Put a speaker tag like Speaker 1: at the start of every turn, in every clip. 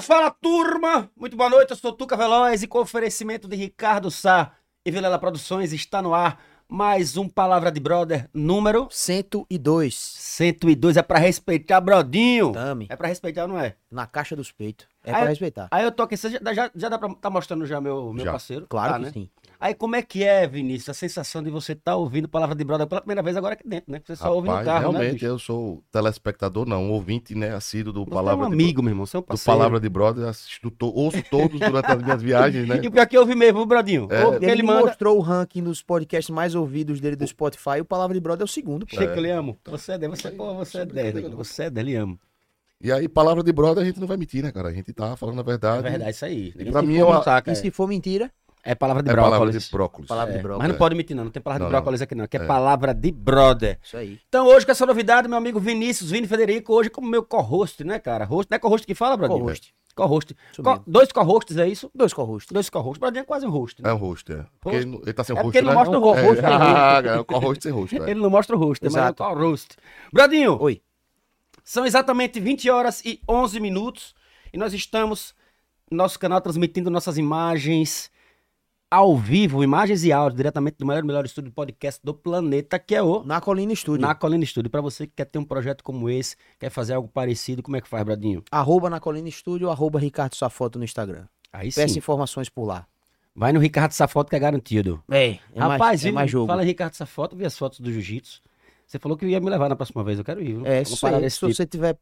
Speaker 1: Fala turma, muito boa noite, eu sou Tuca Veloz e com oferecimento de Ricardo Sá e Vilela Produções está no ar mais um Palavra de Brother número
Speaker 2: 102.
Speaker 1: 102, é pra respeitar brodinho,
Speaker 2: Tame.
Speaker 1: é pra respeitar não é?
Speaker 2: Na caixa dos peitos. É
Speaker 1: Ah,
Speaker 2: pra
Speaker 1: é?
Speaker 2: respeitar.
Speaker 1: Aí eu tô aqui, você já, já, já dá pra tá mostrando já meu, meu
Speaker 3: Já.
Speaker 1: parceiro?
Speaker 2: Claro
Speaker 1: Tá,
Speaker 2: que
Speaker 1: né?
Speaker 2: sim.
Speaker 1: Aí como é que é, Vinícius, a sensação de você estar tá ouvindo Palavra de Brother pela primeira vez agora aqui dentro, né? Você só ouve no
Speaker 3: Rapaz,
Speaker 1: carro, né?
Speaker 3: realmente
Speaker 1: bicho?
Speaker 3: eu sou telespectador, não, ouvinte, né, assíduo do
Speaker 1: Você
Speaker 3: Palavra
Speaker 1: é um
Speaker 3: de
Speaker 1: amigo, meu irmão, você é um
Speaker 3: Bro- do
Speaker 1: parceiro.
Speaker 3: Palavra de Brother, assisto to- ouço todos durante as minhas viagens, né?
Speaker 1: E pior é que ouve mesmo, viu, Brodinho.
Speaker 3: É.
Speaker 1: Ouve que
Speaker 2: Ele,
Speaker 1: ele
Speaker 2: me
Speaker 1: manda.
Speaker 2: mostrou o ranking dos podcasts mais ouvidos dele do Spotify. O Palavra de Brother é o segundo. pô.
Speaker 1: Chico, eu lhe amo. Você é dele, você, pô, você é dele, você é dele, amo.
Speaker 3: E aí, Palavra de Brother a gente não vai mentir, né, cara? A gente tá falando a
Speaker 1: É
Speaker 3: verdade.
Speaker 1: verdade, isso aí.
Speaker 3: E pra mim é uma-
Speaker 1: Saca,
Speaker 2: E se for mentira,
Speaker 1: É palavra de
Speaker 3: É Palavra
Speaker 1: brócolis.
Speaker 3: de Brócolis.
Speaker 2: Palavra de
Speaker 1: É,
Speaker 2: brother.
Speaker 1: Mas não pode mentir, não. Não tem palavra de
Speaker 3: Não, não.
Speaker 1: brócolis aqui, não. Aqui é,
Speaker 3: É.
Speaker 1: palavra de brother.
Speaker 2: Isso aí.
Speaker 1: Então, hoje, com essa novidade, meu amigo Vinícius, Vini Federico, hoje como meu co-host, né, cara? Host, não é co-host que fala, Bradinho?
Speaker 2: Co-host.
Speaker 1: Co-host.
Speaker 2: Isso
Speaker 1: Co-
Speaker 2: mesmo.
Speaker 1: dois co-hosts, é isso?
Speaker 2: Dois co-hosts.
Speaker 1: Dois co-hosts. Bradinho é quase um host, né?
Speaker 3: É um rosto, é. Porque
Speaker 1: Host.
Speaker 3: ele, não- ele tá sem
Speaker 1: É
Speaker 3: rosto,
Speaker 1: porque ele não
Speaker 3: né?
Speaker 1: mostra o rosto,
Speaker 3: É,
Speaker 1: né?
Speaker 3: ah, cara, com rosto sem rosto, é.
Speaker 1: Ele não mostra o host, né? mas é
Speaker 2: Exato.
Speaker 1: co-host. Bradinho,
Speaker 2: Oi.
Speaker 1: São exatamente 20 horas e 11 minutos e nós estamos no nosso canal transmitindo nossas imagens ao vivo, imagens e áudio diretamente do maior e melhor estúdio de podcast do planeta, que é o
Speaker 2: Na Colina Estúdio.
Speaker 1: Na Colina Estúdio. Para você que quer ter um projeto como esse, quer fazer algo parecido, como é que faz, Bradinho?
Speaker 2: Arroba na Colina Estúdio, arroba Ricardo Safoto no Instagram.
Speaker 1: Aí sim.
Speaker 2: Peça informações por lá.
Speaker 1: Vai no Ricardo Safoto que é garantido.
Speaker 2: É, é
Speaker 1: Rapaz,
Speaker 2: mais, é
Speaker 1: viu?
Speaker 2: mais jogo.
Speaker 1: fala em Ricardo Safoto, vi as fotos do jiu-jitsu. Você falou que ia me levar na próxima vez, eu quero ir. viu?
Speaker 2: É,
Speaker 1: Uma
Speaker 2: se,
Speaker 1: parada
Speaker 2: se
Speaker 1: desse tipo.
Speaker 2: você tiver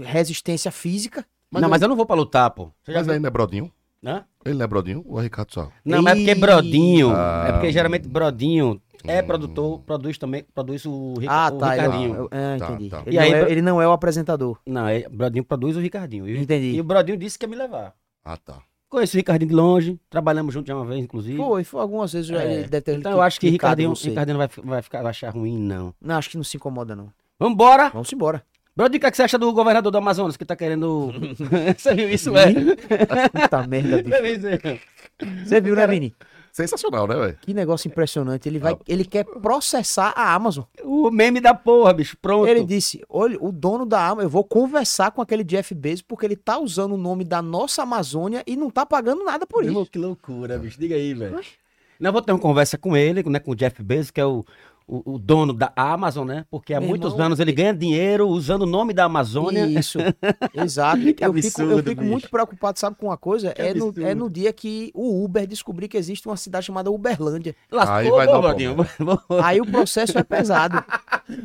Speaker 2: resistência física,
Speaker 3: Mas,
Speaker 1: não,
Speaker 3: ele,
Speaker 1: mas é eu não vou pra lutar, pô. Você já
Speaker 3: mas
Speaker 1: viu?
Speaker 3: ele não é Brodinho?
Speaker 1: Hã?
Speaker 3: Ele não é Brodinho? Ou é Ricardo só?
Speaker 1: Não, mas é porque
Speaker 2: Ih.
Speaker 1: Brodinho.
Speaker 3: Ah.
Speaker 1: É porque geralmente Brodinho é
Speaker 3: Hum.
Speaker 1: produtor, produz também, produz o, Ric-
Speaker 2: ah,
Speaker 1: o
Speaker 2: tá. Ele,
Speaker 1: Ricardinho.
Speaker 2: eu- ah,
Speaker 3: Tá,
Speaker 2: entendi.
Speaker 3: tá.
Speaker 2: Ele,
Speaker 1: E
Speaker 2: não
Speaker 1: aí,
Speaker 2: é,
Speaker 1: pra-
Speaker 2: ele não é o apresentador.
Speaker 1: Não, é, Brodinho produz o Ricardinho. E,
Speaker 2: Entendi.
Speaker 1: e o Brodinho disse que ia me levar.
Speaker 3: Ah, tá.
Speaker 1: Conheço o Ricardinho de longe, trabalhamos junto já uma vez, inclusive.
Speaker 2: Foi, foi algumas vezes. já
Speaker 1: É.
Speaker 2: Ele deve ter
Speaker 1: Então eu acho que
Speaker 2: clicado em
Speaker 1: Ricardinho,
Speaker 2: tá você.
Speaker 1: Ricardinho não vai, fi- vai ficar, vai achar ruim, não.
Speaker 2: Não, acho que não se incomoda, não.
Speaker 1: Vambora!
Speaker 2: Vamos embora.
Speaker 1: Brodinho, o que é que você acha do governador do Amazonas que tá querendo. você viu isso, é?
Speaker 2: Puta merda, bicho. Você viu, né, Vini?
Speaker 3: Sensacional, né, velho?
Speaker 2: Que negócio impressionante. Ele, vai, ele quer processar a Amazon.
Speaker 1: o meme da porra, bicho. Pronto.
Speaker 2: Ele disse: olha, o dono da Amazon, eu vou conversar com aquele Jeff Bezos porque ele tá usando o nome da nossa Amazônia e não tá pagando nada por
Speaker 1: Meu irmão,
Speaker 2: isso.
Speaker 1: Que loucura, bicho. Diga aí, velho. Nós vou ter uma conversa com ele, né, com o Jeff Bezos, que é o, o, o dono da Amazon, né? Porque há
Speaker 2: Meu
Speaker 1: muitos
Speaker 2: irmão,
Speaker 1: anos ele ganha dinheiro usando o nome da Amazônia.
Speaker 2: Isso, exato.
Speaker 1: Que
Speaker 2: eu fico, eu
Speaker 1: absurdo,
Speaker 2: fico
Speaker 1: bicho.
Speaker 2: muito preocupado, sabe, com uma coisa?
Speaker 1: Que
Speaker 2: É no, é
Speaker 1: absurdo.
Speaker 2: no dia que o Uber descobrir que existe uma cidade chamada Uberlândia.
Speaker 1: Lascou,
Speaker 3: Aí
Speaker 1: boa,
Speaker 3: vai dar né?
Speaker 1: Bradinho. Boa,
Speaker 2: Aí o processo é pesado.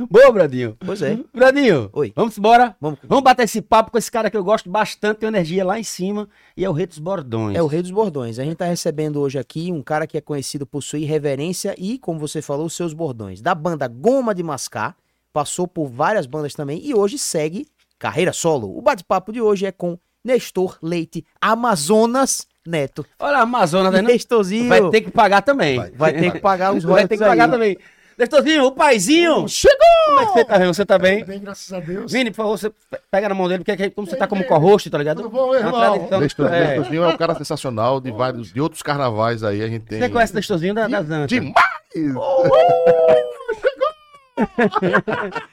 Speaker 1: boa, Bradinho.
Speaker 2: Pois é.
Speaker 1: Bradinho,
Speaker 2: Oi.
Speaker 1: vamos embora?
Speaker 2: Vamos.
Speaker 1: Vamos bater esse papo com esse cara que eu gosto bastante, tem uma energia lá em cima, e é o Rei dos Bordões.
Speaker 2: É o rei dos bordões. A gente tá recebendo hoje aqui um cara que é conhecido por sua irreverência e, como você falou, seus bordões. Da banda Goma de Mascar, passou por várias bandas também e hoje segue carreira solo. O bate-papo de hoje é com Nestor Leite Amazonas Neto.
Speaker 1: Olha a Amazônia, né?
Speaker 2: Nestorzinho
Speaker 1: Vai ter que pagar também.
Speaker 3: Vai.
Speaker 2: vai ter que pagar uns
Speaker 1: Vai ter que pagar também. Nestorzinho, o paizinho. Chegou! Como é que você tá, Vini? Você tá bem?
Speaker 4: Bem, graças a Deus.
Speaker 1: Tipo, Vini, por favor, você pe- pega na mão dele, porque aqui, como você tá como co-host, tá ligado?
Speaker 4: Tudo bom,
Speaker 1: É uma
Speaker 4: irmão?
Speaker 1: tradição.
Speaker 3: Nestor-
Speaker 1: É.
Speaker 3: Nestorzinho é um cara sensacional de vários, de outros carnavais aí a gente tem.
Speaker 1: Você conhece o Nestorzinho da, das Antas?
Speaker 3: Demais!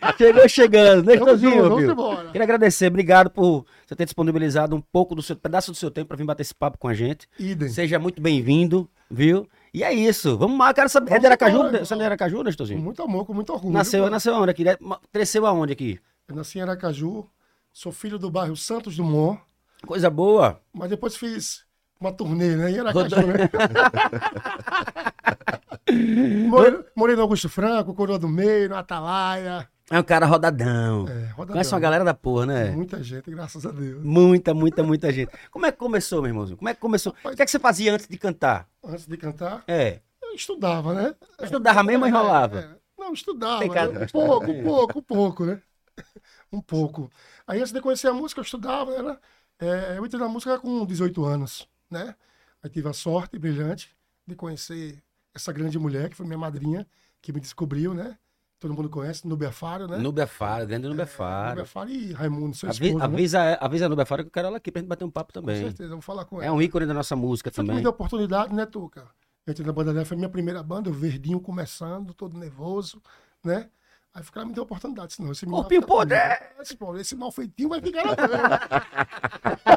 Speaker 1: Ah, Chegou chegando,
Speaker 4: junto,
Speaker 1: Nestorzinho,
Speaker 4: vamos
Speaker 1: viu?
Speaker 4: embora.
Speaker 1: Queria agradecer, obrigado por você ter disponibilizado um pouco do seu pedaço do seu tempo pra vir bater esse papo com a gente.
Speaker 4: Idem.
Speaker 1: Seja muito bem-vindo, viu? E é isso, vamos lá, quero saber. É de
Speaker 4: Vamos
Speaker 1: Aracaju?
Speaker 4: embora,
Speaker 1: Você é de Aracaju, Nestorzinho?
Speaker 4: Muito amor, com muito orgulho.
Speaker 1: Nasceu, nasceu aonde aqui? né? Ma- Cresceu aonde aqui?
Speaker 4: Eu nasci em Aracaju, sou filho do bairro Santos Dumont,
Speaker 1: Coisa boa.
Speaker 4: mas depois fiz uma turnê, né? Em Aracaju, né? morei, morei no Augusto Franco, Coroa do Meio, na Atalaia.
Speaker 1: É um cara rodadão.
Speaker 4: É, roda
Speaker 1: Conhece
Speaker 4: dama.
Speaker 1: uma galera da porra, né?
Speaker 4: Muita gente, graças a Deus.
Speaker 1: Muita, muita, muita gente. Como é que começou, meu irmãozinho? Como é que começou? O que é que você fazia antes de cantar?
Speaker 4: Antes de cantar,
Speaker 1: É.
Speaker 4: eu estudava, né?
Speaker 1: Estudava mesmo e enrolava.
Speaker 4: É, Não, estudava.
Speaker 1: Tem cara
Speaker 4: né?
Speaker 1: que
Speaker 4: Pouco,
Speaker 1: estudava.
Speaker 4: pouco, pouco, né? Um pouco. Aí antes de conhecer a música, eu estudava, era, é, eu entrei na música com 18 anos, né? Aí tive a sorte brilhante de conhecer essa grande mulher, que foi minha madrinha, que me descobriu, né? Todo mundo conhece, Nubia Faro, né?
Speaker 1: Nubia Faro, grande Nubia é. Faro.
Speaker 4: Nubia Faro e Raimundo, seu
Speaker 1: Avi-
Speaker 4: esposo, né?
Speaker 1: avisa, é, avisa a Nubia Faro que eu quero ela aqui pra gente bater um papo
Speaker 4: Com
Speaker 1: também.
Speaker 4: certeza, eu vou falar com ela.
Speaker 1: É um ícone da nossa música
Speaker 4: Foi que me
Speaker 1: também.
Speaker 4: deu oportunidade, né, Tuca? Eu entrei na banda dela, foi minha primeira banda, o Verdinho começando, todo nervoso, né? Aí o cara me deu a oportunidade, senão esse
Speaker 1: Corpinho
Speaker 4: vai ficar
Speaker 1: podre!
Speaker 4: comigo. Esse, pô, esse mal feitinho vai ficar na né? minha.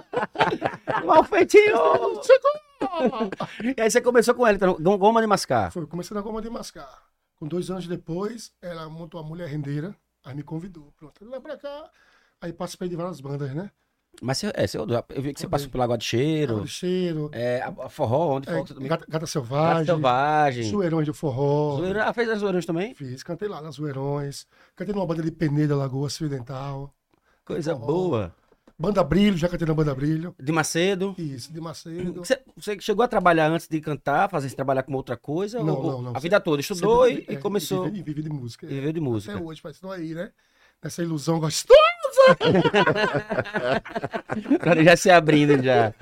Speaker 1: Mal feitinho!
Speaker 4: é Chegou!
Speaker 1: E aí você começou com ele, então, com goma de mascar.
Speaker 4: Foi, eu comecei na goma de mascar. Com dois anos depois, ela montou a mulher rendeira, aí me convidou. Pronto, lá pra cá. Aí participei de várias bandas, né?
Speaker 1: Mas você, é, você odorava. eu vi que você passou pelo Lagoa de Cheiro,
Speaker 4: Água de Cheiro,
Speaker 1: é, a, a forró, onde
Speaker 4: é,
Speaker 1: foi? que-
Speaker 4: gata, Gata
Speaker 1: Gato
Speaker 4: Selvagem,
Speaker 1: Selvagem.
Speaker 4: Zoeirões de Forró.
Speaker 1: Zoeira- Ah, fez as zoeiras também?
Speaker 4: Fiz, cantei lá nas Zoeirões. Cantei numa banda de Peneda, Lagoa Ocidental.
Speaker 1: Coisa
Speaker 4: Forró.
Speaker 1: boa.
Speaker 4: Banda Brilho, já cantei na Banda Brilho.
Speaker 1: De Macedo.
Speaker 4: Isso, de Macedo.
Speaker 1: Você, você chegou a trabalhar antes de cantar, fazer se trabalhar com outra coisa?
Speaker 4: Não,
Speaker 1: ou- ou-
Speaker 4: não, não.
Speaker 1: A vida toda estudou
Speaker 4: Sempre-
Speaker 1: e, e
Speaker 4: é,
Speaker 1: começou
Speaker 4: E vive, e vive de música.
Speaker 1: a
Speaker 4: é.
Speaker 1: viver de música.
Speaker 4: Até hoje, mas estou aí, né? Nessa ilusão gostosa.
Speaker 1: Cara, já se abrindo já.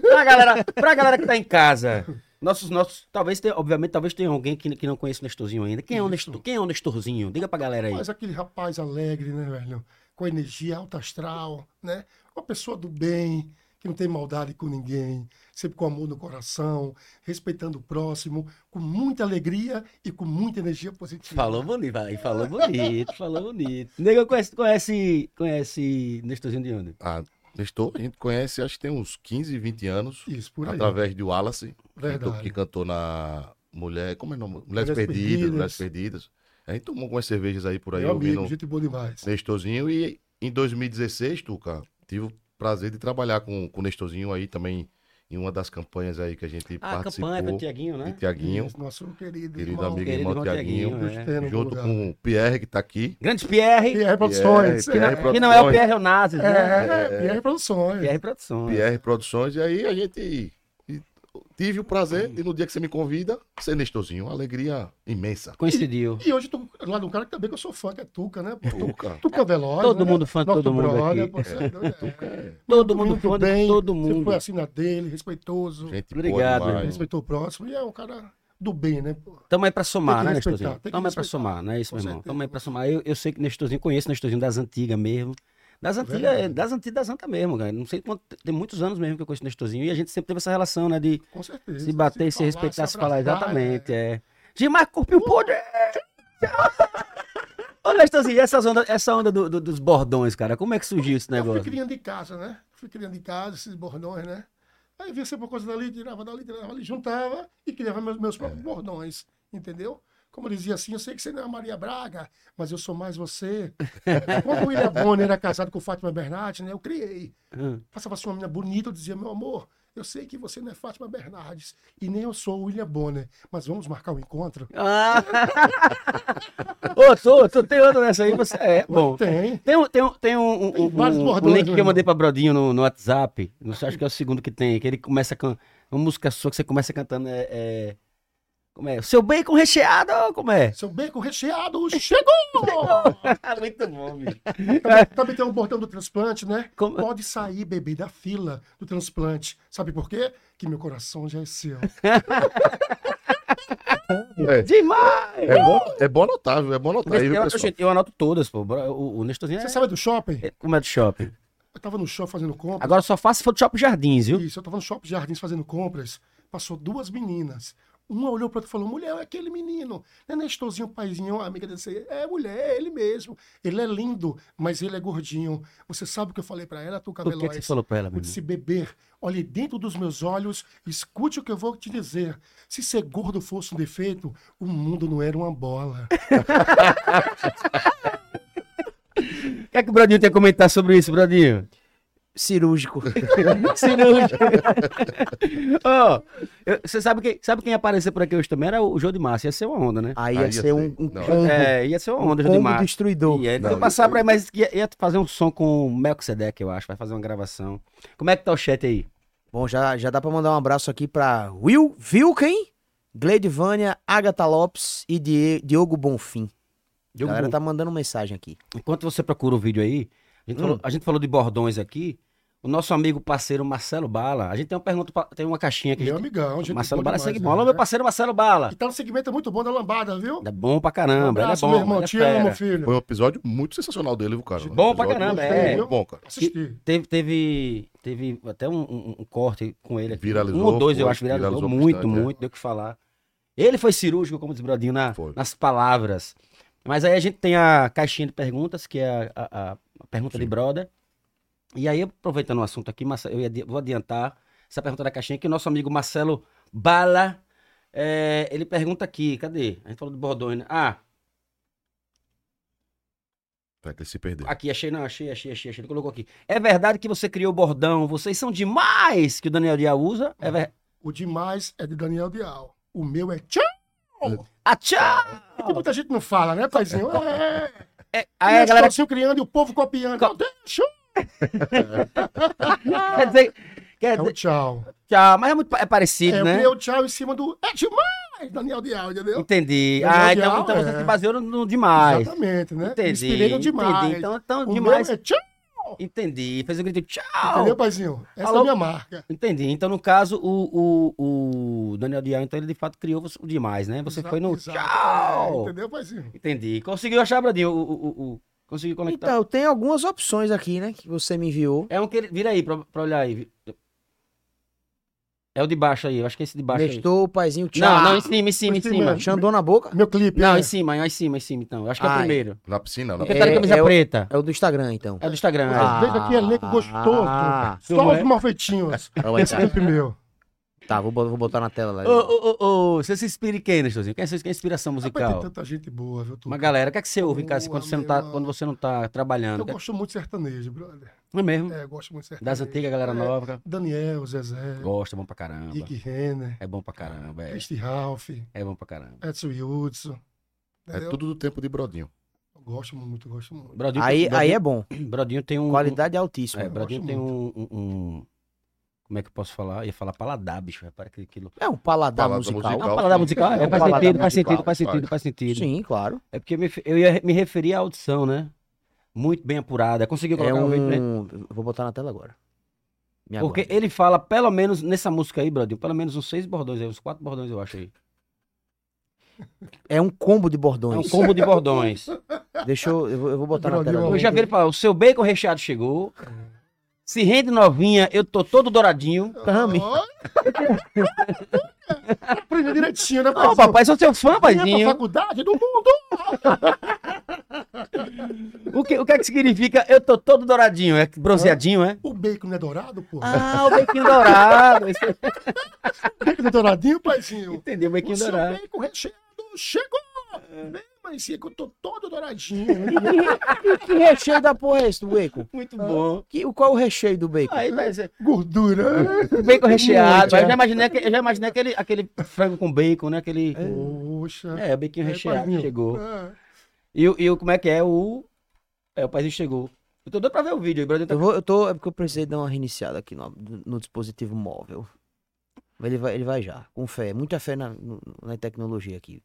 Speaker 1: pra, galera, pra galera que tá em casa, nossos, nossos, talvez, tenha- obviamente, talvez tenha alguém que, que não conhece o Nestorzinho ainda. Quem é o, Nestor, quem é o Nestorzinho? Diga pra galera aí.
Speaker 4: Mas aquele rapaz alegre, né, velho? Com energia alta astral, né? Uma pessoa do bem, que não tem maldade com ninguém, sempre com amor no coração, respeitando o próximo, com muita alegria e com muita energia positiva.
Speaker 1: Falou bonito, vai, falou bonito, falou bonito. Nego conhece, conhece, conhece Nestorzinho de onde?
Speaker 3: Ah, Nestor, a gente conhece, acho que tem uns 15, 20 anos,
Speaker 4: Isso, por aí.
Speaker 3: através de Wallace, que
Speaker 4: Verdade.
Speaker 3: to- que cantou na Mulher, como é o nome? Mulheres,
Speaker 4: Mulheres
Speaker 3: Perdidas,
Speaker 4: Perdidas.
Speaker 3: Mulheres Perdidas. A gente tomou algumas cervejas aí por aí,
Speaker 4: Meu
Speaker 3: ouvindo
Speaker 4: amigo, gente boa demais.
Speaker 3: Nestorzinho. E em 2016, Tuca, tive o prazer de trabalhar com, com o Nestorzinho aí também, em uma das campanhas aí que a gente
Speaker 1: Ah, a
Speaker 3: participou,
Speaker 1: campanha do Tiaguinho, né?
Speaker 3: de Tiaguinho,
Speaker 4: Isso, Nosso querido,
Speaker 3: querido
Speaker 4: irmão.
Speaker 3: amigo
Speaker 1: Querido
Speaker 3: irmão
Speaker 1: irmão Tiaguinho,
Speaker 3: Tiaguinho,
Speaker 4: Deus
Speaker 1: é.
Speaker 4: tenha no
Speaker 3: junto
Speaker 4: lugar.
Speaker 3: com o Pierre, que tá aqui.
Speaker 1: Grande Pierre,
Speaker 4: Pierre Produções.
Speaker 3: Pierre, Pierre
Speaker 4: é.
Speaker 1: que não é o
Speaker 3: Produções.
Speaker 1: Pierre Onazes, né?
Speaker 4: É, Pierre Produções.
Speaker 1: Pierre Produções.
Speaker 3: PR Produções, e aí a gente e tive o prazer de, no dia que você me convida, ser Nestorzinho. Uma alegria imensa.
Speaker 1: Coincidiu.
Speaker 4: E hoje eu tô lá de um cara que também que eu sou fã, que é Tuca, né? pô?
Speaker 3: Tuca.
Speaker 4: Tuca Veloz.
Speaker 1: Todo
Speaker 4: né?
Speaker 1: mundo fã de
Speaker 4: Nosso
Speaker 1: todo mundo
Speaker 4: brother,
Speaker 1: aqui.
Speaker 4: pô, você é doido, é.
Speaker 1: Todo mundo
Speaker 4: Muito
Speaker 1: fã de
Speaker 4: bem,
Speaker 1: todo
Speaker 4: Sempre
Speaker 1: mundo.
Speaker 4: foi assim na dele, respeitoso.
Speaker 3: Gente
Speaker 1: Obrigado,
Speaker 3: boa demais.
Speaker 4: Respeitou o próximo. E é um cara do bem, né? pô?
Speaker 1: Tamo aí pra somar,
Speaker 4: Tem que
Speaker 1: né,
Speaker 4: respeitar,
Speaker 1: Nestorzinho?
Speaker 4: tem que
Speaker 1: Tamo aí pra
Speaker 4: respeitar.
Speaker 1: somar, não é isso,
Speaker 4: Com
Speaker 1: meu irmão?
Speaker 4: certeza.
Speaker 1: Tamo aí pra somar. Eu, eu sei que Nestorzinho, conheço Nestorzinho das antigas mesmo. Das antigas,
Speaker 4: É Verdade.
Speaker 1: das antigas, das antigas mesmo, cara. Não sei quanto, tem muitos anos mesmo que eu conheço Nestorzinho e a gente sempre teve essa relação, né, de
Speaker 4: Com certeza.
Speaker 1: se bater, se,
Speaker 4: falar,
Speaker 1: respeitar, se falar,
Speaker 4: abraçar,
Speaker 1: exatamente, é. Demais, cuspiu o poder! Ô, Nestorzinho, e essas onda, essa onda do- do- dos bordões, cara, como é que surgiu esse
Speaker 4: né? Eu fui
Speaker 1: negócio?
Speaker 4: criando de casa, né? Fui criando de casa, esses bordões, né? Aí vinha sempre uma coisa dali, tirava dali, tirava ali, juntava e criava meus, meus
Speaker 1: É.
Speaker 4: próprios bordões, entendeu? Como eu dizia assim, eu sei que você não é a Maria Braga, mas eu sou mais você. Quando o William Bonner era casado com Fátima Bernardes, né? Eu criei.
Speaker 1: Hum.
Speaker 4: passava assim uma menina bonita, eu dizia, meu amor, eu sei que você não é Fátima Bernardes e nem eu sou o William Bonner, mas vamos marcar um encontro?
Speaker 1: Ah. Ô, tu, tu tem outra dessa aí? Você é bom.
Speaker 4: Tem.
Speaker 1: Tem, um, tem, um, tem um, um-
Speaker 4: Tem
Speaker 1: um-
Speaker 4: vários
Speaker 1: um-
Speaker 4: bordões,
Speaker 1: um link que
Speaker 4: meu
Speaker 1: eu mandei pra Brodinho no, no WhatsApp. Não sei, acho que é o segundo que tem. Que ele começa com uma música sua que você começa cantando. É, é- como é? Seu bacon recheado, ó, como é?
Speaker 4: Seu bacon recheado chegou!
Speaker 1: Ah, Muito bom, bicho.
Speaker 4: também, também tem um bordão do transplante, né?
Speaker 1: Como- é?
Speaker 4: Pode sair, bebê, da fila do transplante. Sabe por quê? Que meu coração já é seu.
Speaker 3: É,
Speaker 1: Demais!
Speaker 3: é, bom, é bom anotar, viu? É bom
Speaker 1: Eu,
Speaker 3: anotar aí, viu,
Speaker 1: eu-
Speaker 3: pessoal?
Speaker 1: gente, eu anoto todas, pô. O, o Nestorzinho
Speaker 4: Você
Speaker 1: é,
Speaker 4: sabe do shopping?
Speaker 1: é como é do shopping.
Speaker 4: Eu tava no shopping fazendo compras.
Speaker 1: Agora só faço se for do Shopping Jardins, Ah, viu?
Speaker 4: Isso, eu tava no shopping de jardins fazendo compras. Passou duas meninas. Uma olhou pra outra e falou: mulher, é aquele menino. Não é Nestorzinho, paizinho, amiga desse. É mulher, é ele mesmo. Ele é lindo, mas ele é gordinho. Você sabe o que eu falei pra ela, tu
Speaker 1: O que, que você
Speaker 4: cabelóis?
Speaker 1: falou pra ela,
Speaker 4: O
Speaker 1: meu
Speaker 4: de
Speaker 1: irmão?
Speaker 4: se beber, olhe dentro dos meus olhos, escute o que eu vou te dizer. Se ser gordo fosse um defeito, o mundo não era uma bola.
Speaker 1: O que é que o Brodinho tem a comentar sobre isso, Brodinho?
Speaker 2: Cirúrgico.
Speaker 1: cirúrgico. Ó, eu- você sabe quem, sabe quem ia aparecer por aqui hoje também? Era o Jô de Márcio. Ia ser uma onda, né?
Speaker 2: Aí ia
Speaker 3: Aí ia
Speaker 2: ser um,
Speaker 3: ser.
Speaker 2: um
Speaker 3: Não.
Speaker 2: combo,
Speaker 1: É, ia ser uma onda, Jô de é.
Speaker 2: combo
Speaker 1: Márcio.
Speaker 2: destruidor.
Speaker 1: Ia,
Speaker 3: Não,
Speaker 1: ia passar pra aí, mas ia, ia fazer um som com o Melchizedek, eu acho. Vai fazer uma gravação. Como é que tá o chat aí?
Speaker 2: Bom, já, já dá pra mandar um abraço aqui pra Will Vilken, Gleidvânia, Agatha Lopes e Die- Diogo Bonfim. A
Speaker 1: Diogo
Speaker 2: galera
Speaker 1: Bom,
Speaker 2: tá mandando mensagem aqui.
Speaker 1: Enquanto você procura o vídeo aí, a gente,
Speaker 2: Hum.
Speaker 1: falou, a gente falou de bordões aqui. O nosso amigo parceiro Marcelo Bala. A gente tem uma pergunta, pra- tem uma caixinha É que a
Speaker 4: Meu
Speaker 1: gente.
Speaker 4: amigão, gente.
Speaker 1: Marcelo
Speaker 4: boa
Speaker 1: Bala é
Speaker 4: demais,
Speaker 1: segue
Speaker 4: né?
Speaker 1: bola. Meu parceiro Marcelo Bala.
Speaker 4: E tá no segmento muito bom da lambada, viu?
Speaker 1: É bom pra caramba. ele é bom.
Speaker 4: Um meu irmão.
Speaker 1: ele é
Speaker 4: Te
Speaker 1: fera.
Speaker 4: amo, filho.
Speaker 3: Foi um episódio muito sensacional dele, viu, cara? Um
Speaker 1: Bom pra
Speaker 3: Episódio
Speaker 1: caramba,
Speaker 3: muito
Speaker 1: é.
Speaker 3: Muito bom, cara.
Speaker 4: Assisti.
Speaker 1: Teve, teve, teve até um, um- um corte com ele aqui.
Speaker 3: Viralizou,
Speaker 1: Um ou dois, eu
Speaker 3: foi,
Speaker 1: acho, viralizou,
Speaker 3: viralizou
Speaker 1: muito,
Speaker 3: bastante, é.
Speaker 1: muito, deu o que falar. Ele foi cirúrgico, como diz o Brodinho, na-
Speaker 3: Foi.
Speaker 1: nas palavras. Mas aí a gente tem a caixinha de perguntas, que é a, a- a- a pergunta de
Speaker 3: Sim.
Speaker 1: brother. E aí, aproveitando o assunto aqui, Marce- eu ia adi- vou adiantar essa pergunta da caixinha, que o nosso amigo Marcelo Bala, é, ele pergunta aqui, cadê? A gente falou do Bordone. Ah,
Speaker 3: Vai ter que se perder.
Speaker 1: aqui, achei, não, achei, achei, achei, achei. Ele colocou aqui. É verdade que você criou o bordão, vocês são demais que o Daniel Dia usa. É ver...
Speaker 4: O demais é de Daniel Dial. O meu é tchau.
Speaker 1: Ah, tchau!
Speaker 4: Que muita gente não fala, né, paizinho? É, é.
Speaker 1: É,
Speaker 4: E
Speaker 1: aí a
Speaker 4: as
Speaker 1: galera
Speaker 4: pessoas criando e o povo copiando.
Speaker 1: Co-
Speaker 4: Não, deixa.
Speaker 1: quer dizer, quer
Speaker 4: É o
Speaker 1: dizer
Speaker 4: tchau.
Speaker 1: tchau, mas é muito pa- é parecido,
Speaker 4: É,
Speaker 1: né?
Speaker 4: eu criei o tchau em cima do é demais, Daniel Dial, entendeu?
Speaker 1: Entendi.
Speaker 4: Daniel
Speaker 1: Ah,
Speaker 4: Dial,
Speaker 1: então, então você
Speaker 4: é.
Speaker 1: se baseou no, no demais.
Speaker 4: Exatamente, né? Me
Speaker 1: Entendi.
Speaker 4: Inspirei no demais.
Speaker 1: Entendi. Então, então
Speaker 4: o
Speaker 1: demais.
Speaker 4: meu é tchau,
Speaker 1: Entendi. Fez o grito tchau.
Speaker 4: entendeu, paizinho? Essa
Speaker 1: Alô?
Speaker 4: é a minha marca.
Speaker 1: Entendi. Então, no caso, o, o, o Daniel Dial, então, ele de fato criou você- o demais, né? Você
Speaker 4: Exa-
Speaker 1: foi no
Speaker 4: exato. É,
Speaker 1: tchau.
Speaker 4: entendeu, paizinho?
Speaker 1: Entendi. Conseguiu achar, Bradinho? O, o, o- o- Conseguiu conectar?
Speaker 2: Então, tem algumas opções aqui, né? Que você me enviou.
Speaker 1: É um que ele... Vira aí pra, pra olhar aí. Vi- É o de baixo aí. Eu acho que é esse de baixo aí.
Speaker 2: Nestor, paizinho, tchau.
Speaker 1: Não, não, em cima, em cima, em
Speaker 4: Em cima.
Speaker 1: cima.
Speaker 2: Xandô na boca.
Speaker 4: Meu clipe.
Speaker 1: Não,
Speaker 4: é.
Speaker 1: em cima, em cima, em cima, então. Eu acho que é o
Speaker 2: Ai.
Speaker 1: primeiro.
Speaker 3: Na piscina, na
Speaker 1: Porque
Speaker 2: É-
Speaker 1: tá de camisa
Speaker 2: é o-
Speaker 1: preta.
Speaker 2: É o do Instagram, então.
Speaker 1: É o do Instagram. é.
Speaker 2: Ah.
Speaker 4: Veja que elenco gostoso.
Speaker 2: Ah.
Speaker 1: Não
Speaker 4: Só
Speaker 1: é?
Speaker 4: os É. malfeitinhos. Sempre meu.
Speaker 2: Tá, vou, bo- vou botar na tela lá.
Speaker 1: Ô, ô, ô, ô, você se inspira em quem, Nestorzinho? Quem é sua quem é a inspiração
Speaker 4: Rapaz, tem
Speaker 1: musical?
Speaker 4: tanta gente boa, viu, Tuca?
Speaker 1: Uma galera, o que é que você ouve em casa
Speaker 4: Boa,
Speaker 1: quando você não
Speaker 4: meu
Speaker 1: tá,
Speaker 4: irmão.
Speaker 1: quando você não tá trabalhando?
Speaker 4: Eu gosto muito de sertanejo, brother.
Speaker 1: Não é mesmo?
Speaker 4: É, eu gosto muito de sertanejo.
Speaker 1: Das antigas, galera
Speaker 4: É,
Speaker 1: nova.
Speaker 4: Daniel, Zezé,
Speaker 1: Gosta, é bom pra caramba.
Speaker 4: Rick Renner,
Speaker 1: É bom pra caramba, é.
Speaker 4: Christy Ralph,
Speaker 1: É bom pra caramba.
Speaker 4: Edson Hudson.
Speaker 3: É
Speaker 4: entendeu?
Speaker 3: tudo do tempo de Brodinho.
Speaker 4: Eu gosto muito, gosto muito.
Speaker 1: Brodinho,
Speaker 2: Aí, aí é
Speaker 1: Brodinho,
Speaker 2: bom.
Speaker 1: Brodinho tem um.
Speaker 2: Qualidade
Speaker 1: Um, é,
Speaker 2: altíssima.
Speaker 1: Brodinho
Speaker 4: gosto
Speaker 1: tem um, um- um- Como é que eu posso falar? Eu ia falar paladar, bicho. Repara que aquilo.
Speaker 2: É um paladar,
Speaker 3: Paladar
Speaker 2: musical.
Speaker 1: Ah,
Speaker 3: musical.
Speaker 1: paladar musical? É,
Speaker 2: É
Speaker 1: faz,
Speaker 2: um paladar
Speaker 1: sentido, faz
Speaker 3: musical,
Speaker 1: sentido, faz
Speaker 3: faz.
Speaker 1: sentido, faz sentido.
Speaker 2: Sim, claro.
Speaker 1: É porque eu me, eu ia me referir à audição, né? Muito bem apurada. Conseguiu
Speaker 2: É
Speaker 1: colocar o vídeo, né?
Speaker 2: um... Vou botar na tela agora. Me
Speaker 1: Porque
Speaker 2: aguarde.
Speaker 1: ele fala, pelo menos nessa música aí, Brodinho, pelo menos uns seis bordões aí, uns quatro bordões eu acho aí.
Speaker 2: É um combo de
Speaker 1: É um
Speaker 2: bordões.
Speaker 1: combo de bordões.
Speaker 2: Deixa eu... Eu vou, eu vou botar na
Speaker 4: Droga,
Speaker 2: tela.
Speaker 4: irmão.
Speaker 1: Eu
Speaker 2: agora.
Speaker 1: já vi ele falar, o seu bacon recheado chegou. Se rende novinha, eu tô todo douradinho.
Speaker 2: Tame.
Speaker 4: Ó. Aprende direitinho, né,
Speaker 1: Não,
Speaker 4: paizinho?
Speaker 1: papai, sou seu fã,
Speaker 4: Vem pra
Speaker 1: paizinho.
Speaker 4: faculdade do mundo.
Speaker 1: O que, o que é que significa eu tô todo douradinho? É bronzeadinho, é?
Speaker 4: O bacon não é dourado, pô.
Speaker 1: Ah, o bequinho dourado. Esse-
Speaker 4: O bacon não é douradinho, paizinho.
Speaker 1: Entendeu, o
Speaker 4: O
Speaker 1: bequinho
Speaker 4: seu
Speaker 1: dourado.
Speaker 4: bacon recheado chegou.
Speaker 1: É.
Speaker 4: Vem, maisinha, que eu tô todo douradinho. né?
Speaker 2: Que- Que recheio da porra é esse do bacon?
Speaker 1: Muito bom.
Speaker 2: Que, qual é o recheio do bacon?
Speaker 1: Aí vai ser
Speaker 4: Gordura.
Speaker 1: bacon recheado.
Speaker 2: Muito,
Speaker 1: Aí
Speaker 2: é.
Speaker 1: Eu já imaginei, que- eu já imaginei aquele, aquele frango com bacon, né? Aquele.
Speaker 4: Poxa.
Speaker 1: É, o bequinho
Speaker 4: É,
Speaker 1: recheado
Speaker 4: paizinho.
Speaker 1: chegou.
Speaker 4: É.
Speaker 1: E, o- e o como é que é? O. É, o paizinho chegou. Eu tô doido pra ver o vídeo aí, Brodinho. tá-
Speaker 2: Eu, vou, eu tô. É porque eu precisei dar uma reiniciada aqui no, no dispositivo móvel. Mas ele vai, ele vai já. Com fé. Muita fé na, no- na tecnologia aqui.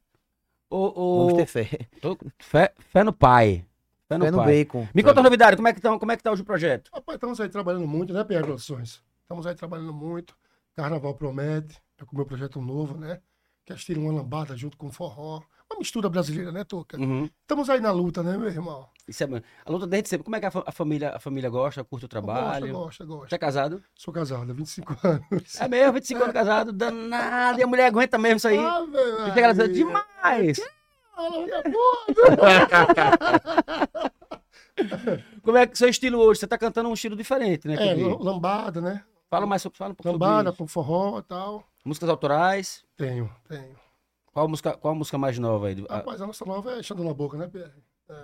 Speaker 1: Ô,
Speaker 2: Vamos
Speaker 1: ô,
Speaker 2: ter fé.
Speaker 1: Tô- Fé, fé no pai. Fé no
Speaker 2: Fé no
Speaker 1: pai.
Speaker 2: bacon.
Speaker 1: Me conta a novidade, como é, que tão, como é que tá hoje o projeto?
Speaker 4: Rapaz, estamos aí trabalhando muito, né, PR Produções? Estamos aí trabalhando muito. Carnaval promete, é com o meu projeto novo, né? Que é estilo uma lambada junto com forró. Uma mistura brasileira, né, Toca?
Speaker 1: Hum.
Speaker 4: Estamos aí na luta, né, meu irmão?
Speaker 1: Isso é, bom. a luta desde sempre. Como é que a, fa- a família, a família gosta, curte o trabalho?
Speaker 4: Gosta, gosta, gosta.
Speaker 1: Já é casado?
Speaker 4: Sou casado há 25 anos.
Speaker 1: É mesmo, 25 anos casado, danado. E a mulher aguenta mesmo isso Tá aí.
Speaker 4: Ah, velho,
Speaker 1: E chega ela e diz,
Speaker 4: aí,
Speaker 1: demais.
Speaker 4: fala, minha porra.
Speaker 1: Como é que é o seu estilo hoje? Você tá cantando um estilo diferente, né?
Speaker 4: É,
Speaker 1: que eu vi.
Speaker 4: l- lambada, né?
Speaker 1: fala mais sobre, fala um pouco sobre
Speaker 4: Lambada
Speaker 1: isso.
Speaker 4: com forró e tal.
Speaker 1: músicas autorais.
Speaker 4: Tenho, tenho.
Speaker 1: Qual a música, qual a música mais nova aí? A-
Speaker 4: Rapaz, a nossa nova é Xandão na Boca, né, PR? É,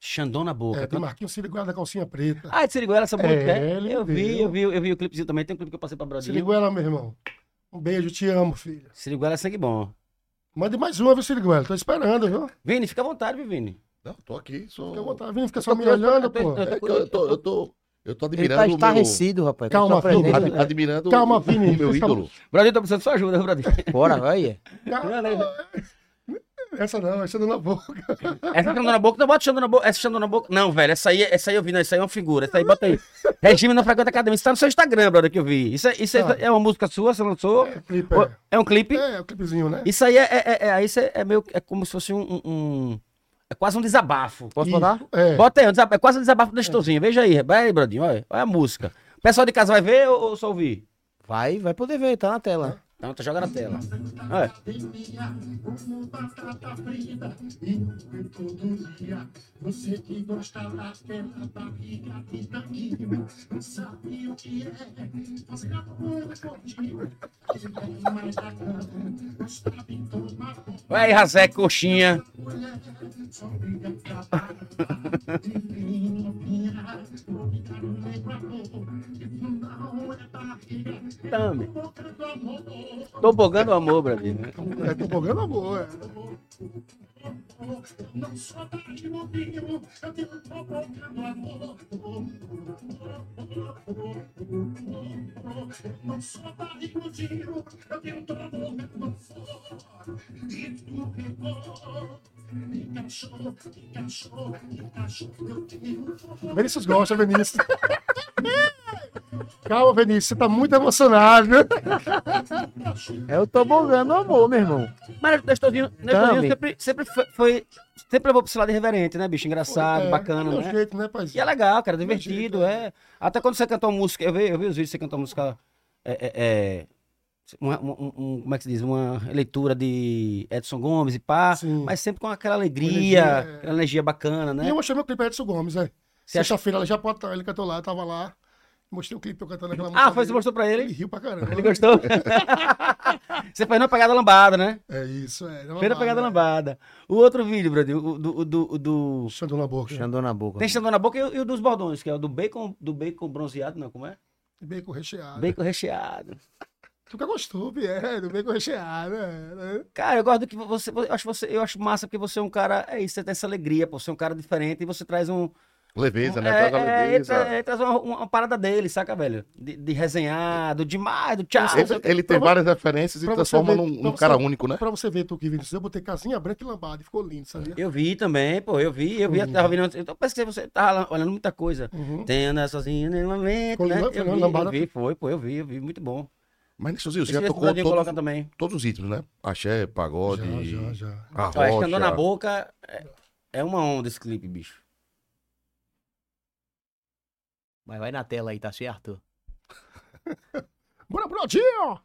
Speaker 1: Xandão na boca. tá?
Speaker 4: é tem Marquinhos Ciro guarda da calcinha preta.
Speaker 1: Ah, de Siriguela, essa música. é?
Speaker 4: ele
Speaker 1: eu, vi,
Speaker 4: deu.
Speaker 1: eu vi, eu vi o clipezinho também. Tem um clipe que eu passei pra
Speaker 4: Se
Speaker 1: Brasil.
Speaker 4: ligou ela, meu irmão. Um beijo, te amo, filho.
Speaker 1: Siriguela é sangue bom.
Speaker 4: Mande mais uma, viu, Siriguela? Tô esperando, viu?
Speaker 1: Vini, fica à vontade, viu, Vini?
Speaker 3: Não, tô aqui, sou...
Speaker 4: Fica à vontade, Vini, fica
Speaker 1: tô
Speaker 4: só me
Speaker 1: curioso,
Speaker 4: olhando,
Speaker 1: eu tô-
Speaker 4: pô.
Speaker 1: eu
Speaker 3: É que eu, eu tô, eu tô, eu tô
Speaker 2: Ele tá
Speaker 3: admirando o meu...
Speaker 2: estarrecido, rapaz. com
Speaker 4: Calma,
Speaker 2: sua presença.
Speaker 4: filho.
Speaker 3: Ad- Admirando
Speaker 4: Calma,
Speaker 3: o-
Speaker 4: Vini,
Speaker 3: o meu
Speaker 4: vocês
Speaker 3: ídolo.
Speaker 1: Bradinho, tô precisando de sua ajuda, viu, né? Bradinho?
Speaker 2: Bora, vai.
Speaker 4: Calma, é Essa não, essa não na boca.
Speaker 1: Essa Xandona Boca, não bota Xandona na Boca. Essa Xandona na Boca. Não, velho, essa aí, essa aí eu vi, não, essa aí é uma figura. Essa aí, bota aí. Regime não frequenta academia. Isso tá no seu Instagram, brother, que eu vi. Isso, é- isso é-
Speaker 4: Tá.
Speaker 1: é uma música sua, você lançou.
Speaker 4: É, clipe,
Speaker 1: Ou-
Speaker 4: é.
Speaker 1: É um clipe.
Speaker 4: É, é o clipezinho, né?
Speaker 1: Isso aí é, é, é- é- isso é meio. É como se fosse um. um- um- é quase um desabafo.
Speaker 2: Posso
Speaker 4: Isso,
Speaker 2: mandar?
Speaker 4: É.
Speaker 1: Bota aí, um desabafo, é quase um desabafo do Nestorzinho. Veja aí, vai aí, Bradinho, olha, olha a música. O pessoal de casa vai ver ou, ou só ouvir?
Speaker 2: Vai, vai poder ver, tá na tela.
Speaker 1: Então, tu joga na tela. Olha, Vai aí, Razé, coxinha. Tome. Tobogando o amor, Brasil. né?
Speaker 4: É tobogã na boa. é. Vinícius gosta, Vinícius. Calma, Vinícius, você tá muito emocionado. viu?
Speaker 2: Eu tô bogando amor, meu irmão.
Speaker 1: Mas Nestorzinho, Nestorzinho
Speaker 2: Tome.
Speaker 1: sempre, sempre foi- foi. Sempre levou pro esse lado irreverente, né, bicho? Engraçado,
Speaker 4: É,
Speaker 1: bacana,
Speaker 4: do
Speaker 1: né?
Speaker 4: jeito, né, paizinho?
Speaker 1: E é legal, cara,
Speaker 4: jeito,
Speaker 1: divertido,
Speaker 4: né?
Speaker 1: é. Até quando você cantou música, eu vi, eu vi os vídeos que você cantou música. É, é, é, uma- uma- um- um- como é que se diz? Uma leitura de Edson Gomes e pá,
Speaker 4: Sim.
Speaker 1: mas sempre com aquela alegria,
Speaker 4: energia, é.
Speaker 1: aquela energia bacana,
Speaker 4: E
Speaker 1: né?
Speaker 4: eu mostrei meu clipe a Edson Gomes, é.
Speaker 1: Você acha-
Speaker 4: Sexta-feira ela já pode estar, ele cantou lá, eu tava lá. Mostrei o clipe eu cantando aquela música.
Speaker 1: Ah, foi, você
Speaker 4: dele.
Speaker 1: mostrou pra
Speaker 4: Ele
Speaker 1: ele?
Speaker 4: riu pra caramba.
Speaker 1: Ele gostou? você fez uma pegada lambada, né?
Speaker 4: É isso, é. Era uma
Speaker 1: Fez uma pegada lambada. O outro vídeo, Brasil, o do. o do, o do...
Speaker 4: Xandão na boca.
Speaker 2: Xandou na boca.
Speaker 1: Tem Xandão na boca e o, e o dos bordões, que é o do bacon, do bacon bronzeado, não, como é?
Speaker 4: Bacon recheado.
Speaker 1: Bacon recheado.
Speaker 4: Tu que gostou, Pierre, do bacon recheado. é, né?
Speaker 1: Cara, eu gosto que você, eu acho você, eu acho massa porque você é um cara, é isso, você tem essa alegria, pô, você é um cara diferente e você traz um,
Speaker 3: Leveza, né?
Speaker 1: é,
Speaker 3: Traz a
Speaker 1: é, ele
Speaker 3: leveza.
Speaker 1: tra- ele traz uma, uma parada dele, saca, velho? De, de resenhar, do demais, do tchau.
Speaker 3: Ele, ele tem
Speaker 4: Pra
Speaker 3: várias referências e
Speaker 4: pra você
Speaker 3: transforma
Speaker 4: ver-
Speaker 3: num,
Speaker 4: pra
Speaker 3: num
Speaker 4: você-
Speaker 3: cara único, né?
Speaker 4: Pra você ver, tu que Vinícius, eu botei casinha branca e lambada e ficou lindo, sabia?
Speaker 1: Eu vi também, pô, eu vi, eu vi, eu tava vendo, eu pensei que você tava olhando muita coisa.
Speaker 4: Uhum.
Speaker 1: Tem andar sozinho no momento,
Speaker 4: Ficou
Speaker 1: né?
Speaker 4: lembrando-
Speaker 1: Eu
Speaker 4: lembrando
Speaker 1: vi, eu
Speaker 4: lambada.
Speaker 1: vi, foi, pô, eu vi, eu vi, muito bom.
Speaker 3: Mas Nestorzinho, você
Speaker 1: Esse
Speaker 3: já
Speaker 1: mesmo
Speaker 3: tocou
Speaker 1: Bradinho
Speaker 3: todos,
Speaker 1: coloca também.
Speaker 3: todos os ritmos, né? Axé, pagode,
Speaker 4: Já, já, já.
Speaker 3: a
Speaker 1: Ó, esse andou
Speaker 3: rocha.
Speaker 1: na boca, é, é uma onda esse clipe, bicho.
Speaker 2: Mas vai na tela aí, tá certo?
Speaker 4: Bora, Brodinho!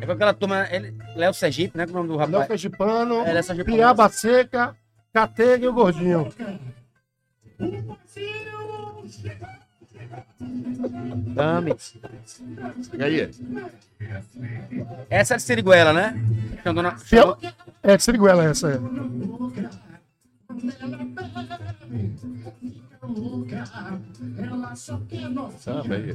Speaker 1: É com aquela turma, ele, Léo Sergipe, né, que é o nome do rapaz.
Speaker 4: Léo Cajipano,
Speaker 1: É, Léo Sergipano.
Speaker 4: Piaba Seca, Cateira e o Gordinho.
Speaker 2: Tame.
Speaker 3: E aí?
Speaker 1: Essa é de Siriguela, né? Xandão na-
Speaker 4: Piaba... É, Siriguela essa é.
Speaker 3: Sabe aí?
Speaker 5: é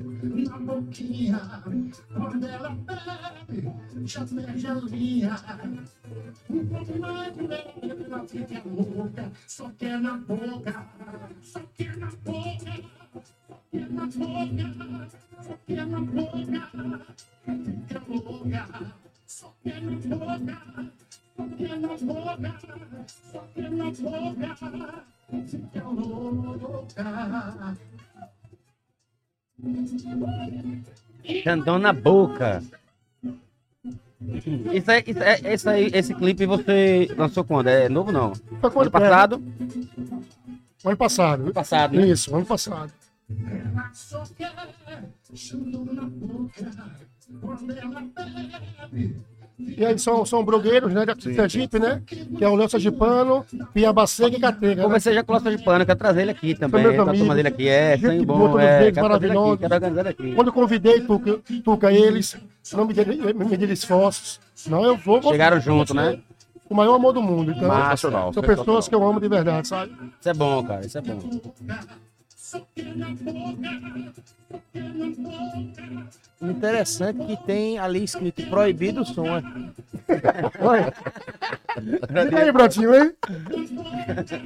Speaker 5: é é é
Speaker 1: Xandão na boca. Isso aí, isso aí- isso aí- esse clipe você lançou quando? É novo não?
Speaker 4: Foi
Speaker 1: Ano
Speaker 4: quando
Speaker 1: passado?
Speaker 4: Ano passado. Ano
Speaker 1: Passado, né?
Speaker 4: Isso, ano passado. E aí são, são brogueiros, né? De Sergipe, né? Que é o Léo Sergipano, Piaba Seca e Catega. né?
Speaker 1: Conversei já com o Lócio de Pano, quero trazer ele aqui também.
Speaker 4: meus
Speaker 1: Tá
Speaker 4: amigos,
Speaker 1: tomando ele aqui, é,
Speaker 4: gente
Speaker 1: sangue
Speaker 4: boa,
Speaker 1: bom,
Speaker 4: todos
Speaker 1: é.
Speaker 4: eles
Speaker 1: Quero trazer ele aqui,
Speaker 4: maravilhosos.
Speaker 1: quero organizar ele aqui.
Speaker 4: Quando eu convidei Tuca, Tuca eles, não me mediram me mediram esforços. Não, eu vou. vou-
Speaker 1: Chegaram junto, né?
Speaker 4: O maior amor do mundo. Então,
Speaker 1: Massa.
Speaker 3: Sensacional.
Speaker 4: são
Speaker 3: sensacional.
Speaker 4: pessoas que eu amo de verdade, sabe?
Speaker 1: Isso é bom, cara, isso é bom.
Speaker 2: Interessante que tem ali escrito proibido o som, é.
Speaker 4: Olha. E aí, Brotinho, hein?
Speaker 5: é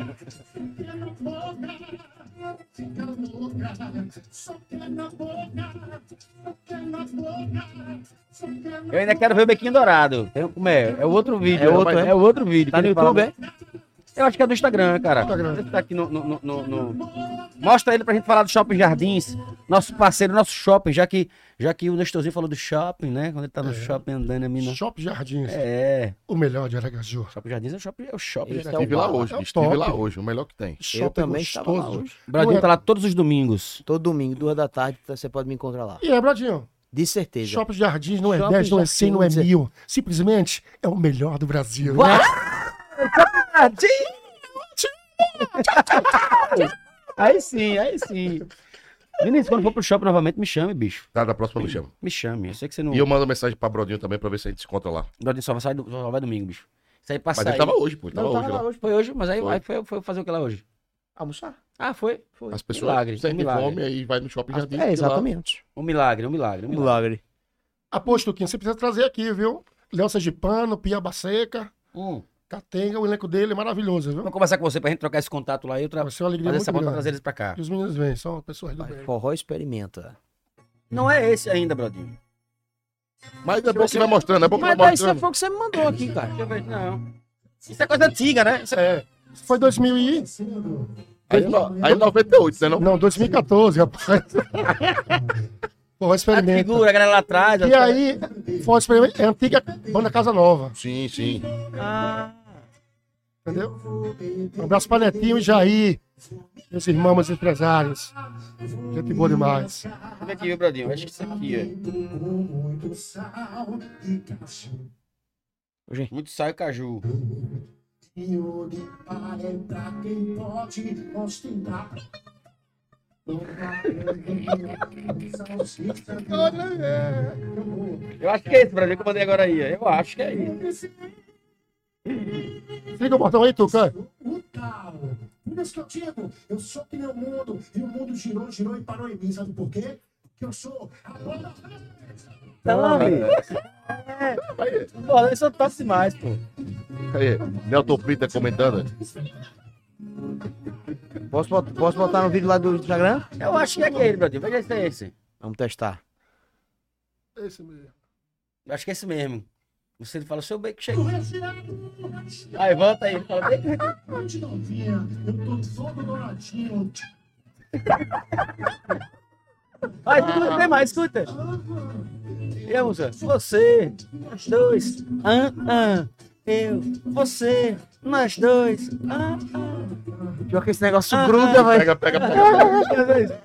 Speaker 1: Eu ainda quero ver o Bequinho Dourado. Tem- como é? É o outro vídeo.
Speaker 2: É outro,
Speaker 1: é?
Speaker 2: é?
Speaker 1: o outro vídeo.
Speaker 2: Tá
Speaker 1: que
Speaker 2: no
Speaker 1: ele
Speaker 2: YouTube,
Speaker 1: fala-
Speaker 2: é?
Speaker 1: Eu acho que é do Instagram, cara.
Speaker 4: Instagram.
Speaker 1: Ele tá aqui no, no- no- no- no- Mostra ele pra gente falar do Shopping Jardins, nosso parceiro, nosso shopping, já que, já que o Nestorzinho falou do shopping, né? Quando ele tá no shopping andando, a mina...
Speaker 4: Shop Jardins,
Speaker 1: É,
Speaker 4: o melhor de Aracaju.
Speaker 1: Shopping Jardins é o shopping, é o shopping.
Speaker 2: Esse
Speaker 1: né?
Speaker 2: é o
Speaker 3: Estive lá
Speaker 2: bar.
Speaker 3: hoje,
Speaker 4: É o
Speaker 3: estive
Speaker 4: top.
Speaker 3: lá hoje, o melhor que tem.
Speaker 2: Eu
Speaker 4: Shopping
Speaker 2: também estava lá
Speaker 4: é gostoso.
Speaker 2: hoje.
Speaker 1: O Bradinho
Speaker 4: Não é-
Speaker 1: tá lá tá todos os domingos.
Speaker 2: Todo domingo, duas da tarde, tá- você pode me encontrar lá.
Speaker 4: E aí, Bradinho?
Speaker 2: De certeza.
Speaker 4: Shopping Jardins não é
Speaker 2: Shopping
Speaker 4: 10, não é 100, não é
Speaker 2: Jardins é-
Speaker 4: 1000. Simplesmente é o melhor do Brasil.
Speaker 2: Uau!
Speaker 1: Aí sim, aí sim. Vinícius, quando for pro shopping novamente, me chame, bicho.
Speaker 3: Tá, da próxima eu lhe chamo.
Speaker 1: Me chame. Eu sei que você não.
Speaker 3: E eu mando mensagem pra Brodinho também pra ver se a gente se encontra lá.
Speaker 1: Dodinho Só, vai, sair do- só vai domingo, bicho. Isso aí
Speaker 3: Mas
Speaker 1: passa
Speaker 3: ele
Speaker 1: aí.
Speaker 3: tava hoje, pô. Ele
Speaker 1: Não,
Speaker 3: tava
Speaker 1: tava
Speaker 3: hoje
Speaker 1: lá
Speaker 2: né?
Speaker 3: lá.
Speaker 1: hoje, foi hoje, mas aí
Speaker 3: Foi.
Speaker 1: aí foi, foi fazer o que lá hoje?
Speaker 2: Almoçar?
Speaker 1: Ah, foi. foi.
Speaker 3: As pessoas
Speaker 1: Milagre, um
Speaker 3: sentem
Speaker 1: milagre.
Speaker 3: fome aí vai no shopping jardim.
Speaker 2: É, exatamente.
Speaker 1: Um milagre, um milagre, um milagre.
Speaker 2: Milagre.
Speaker 4: Aposto, Tuquinho, você precisa trazer aqui, viu? Léo Sergipano, Piaba Seca,
Speaker 1: Hum.
Speaker 4: Catenga, o elenco dele é maravilhoso, viu?
Speaker 1: Vamos conversar com você pra gente trocar esse contato lá e eu tra...
Speaker 4: Vai ser uma alegria
Speaker 1: fazer
Speaker 4: muito
Speaker 1: essa bola pra
Speaker 4: grande.
Speaker 1: trazer eles pra cá.
Speaker 4: E os meninos vêm, são pessoas do
Speaker 2: Vai,
Speaker 4: bem.
Speaker 2: Forró experimenta.
Speaker 1: Não é esse ainda, Brodinho.
Speaker 3: Mas é bom que vai mostrando, é bom que vai
Speaker 2: Mas daí você
Speaker 3: mostrando.
Speaker 2: foi o que você me mandou aqui, cara.
Speaker 1: Deixa eu ver. Não. Isso é coisa antiga, né? Isso é...
Speaker 4: É, foi 2000 e...
Speaker 3: Aí, no- aí 98, você né, não?
Speaker 4: Não, 2014, rapaz. Pô,
Speaker 1: A
Speaker 4: experimento.
Speaker 1: figura, a galera lá atrás.
Speaker 4: E aí, foi um experimento, é a antiga banda Casa Nova,
Speaker 3: Sim, sim.
Speaker 1: Ah,
Speaker 4: entendeu? Um abraço pra Netinho e Jair, meus irmãos, meus empresários. Gente boa demais.
Speaker 1: como é que viu, Brodinho? Acho que isso aqui,
Speaker 2: Gente,
Speaker 1: ó. Muito sal e caju. Eu acho que é esse, Brodinho, que eu mandei agora aí. ó. Eu acho que é isso.
Speaker 4: Liga o botão aí, Tuca.
Speaker 6: O tal. Por isso que eu digo, eu sou que nem o mundo, e o mundo girou, girou e parou em mim, sabe por quê? Porque eu sou a bola.
Speaker 1: Tá Pô, isso é top demais, pô.
Speaker 3: Aí, Nelton Prita comentando.
Speaker 2: Posso, bot- posso botar no vídeo lá do Instagram?
Speaker 1: Eu acho que é aquele, Brodinho. Veja se é esse.
Speaker 2: Vamos testar.
Speaker 4: Esse mesmo.
Speaker 1: Eu acho que é esse mesmo. Você fala, seu bem que chegou. Aí, volta aí. Fala, bem que...
Speaker 6: Onde não vinha, eu tô todo douradinho.
Speaker 1: Vai, escuta, tem mais, escuta. E a música? Você, nós dois, ah, ah, eu, você, nós dois, ah, ah.
Speaker 2: Pior que esse negócio gruda, velho.
Speaker 3: Pega, pega, pega.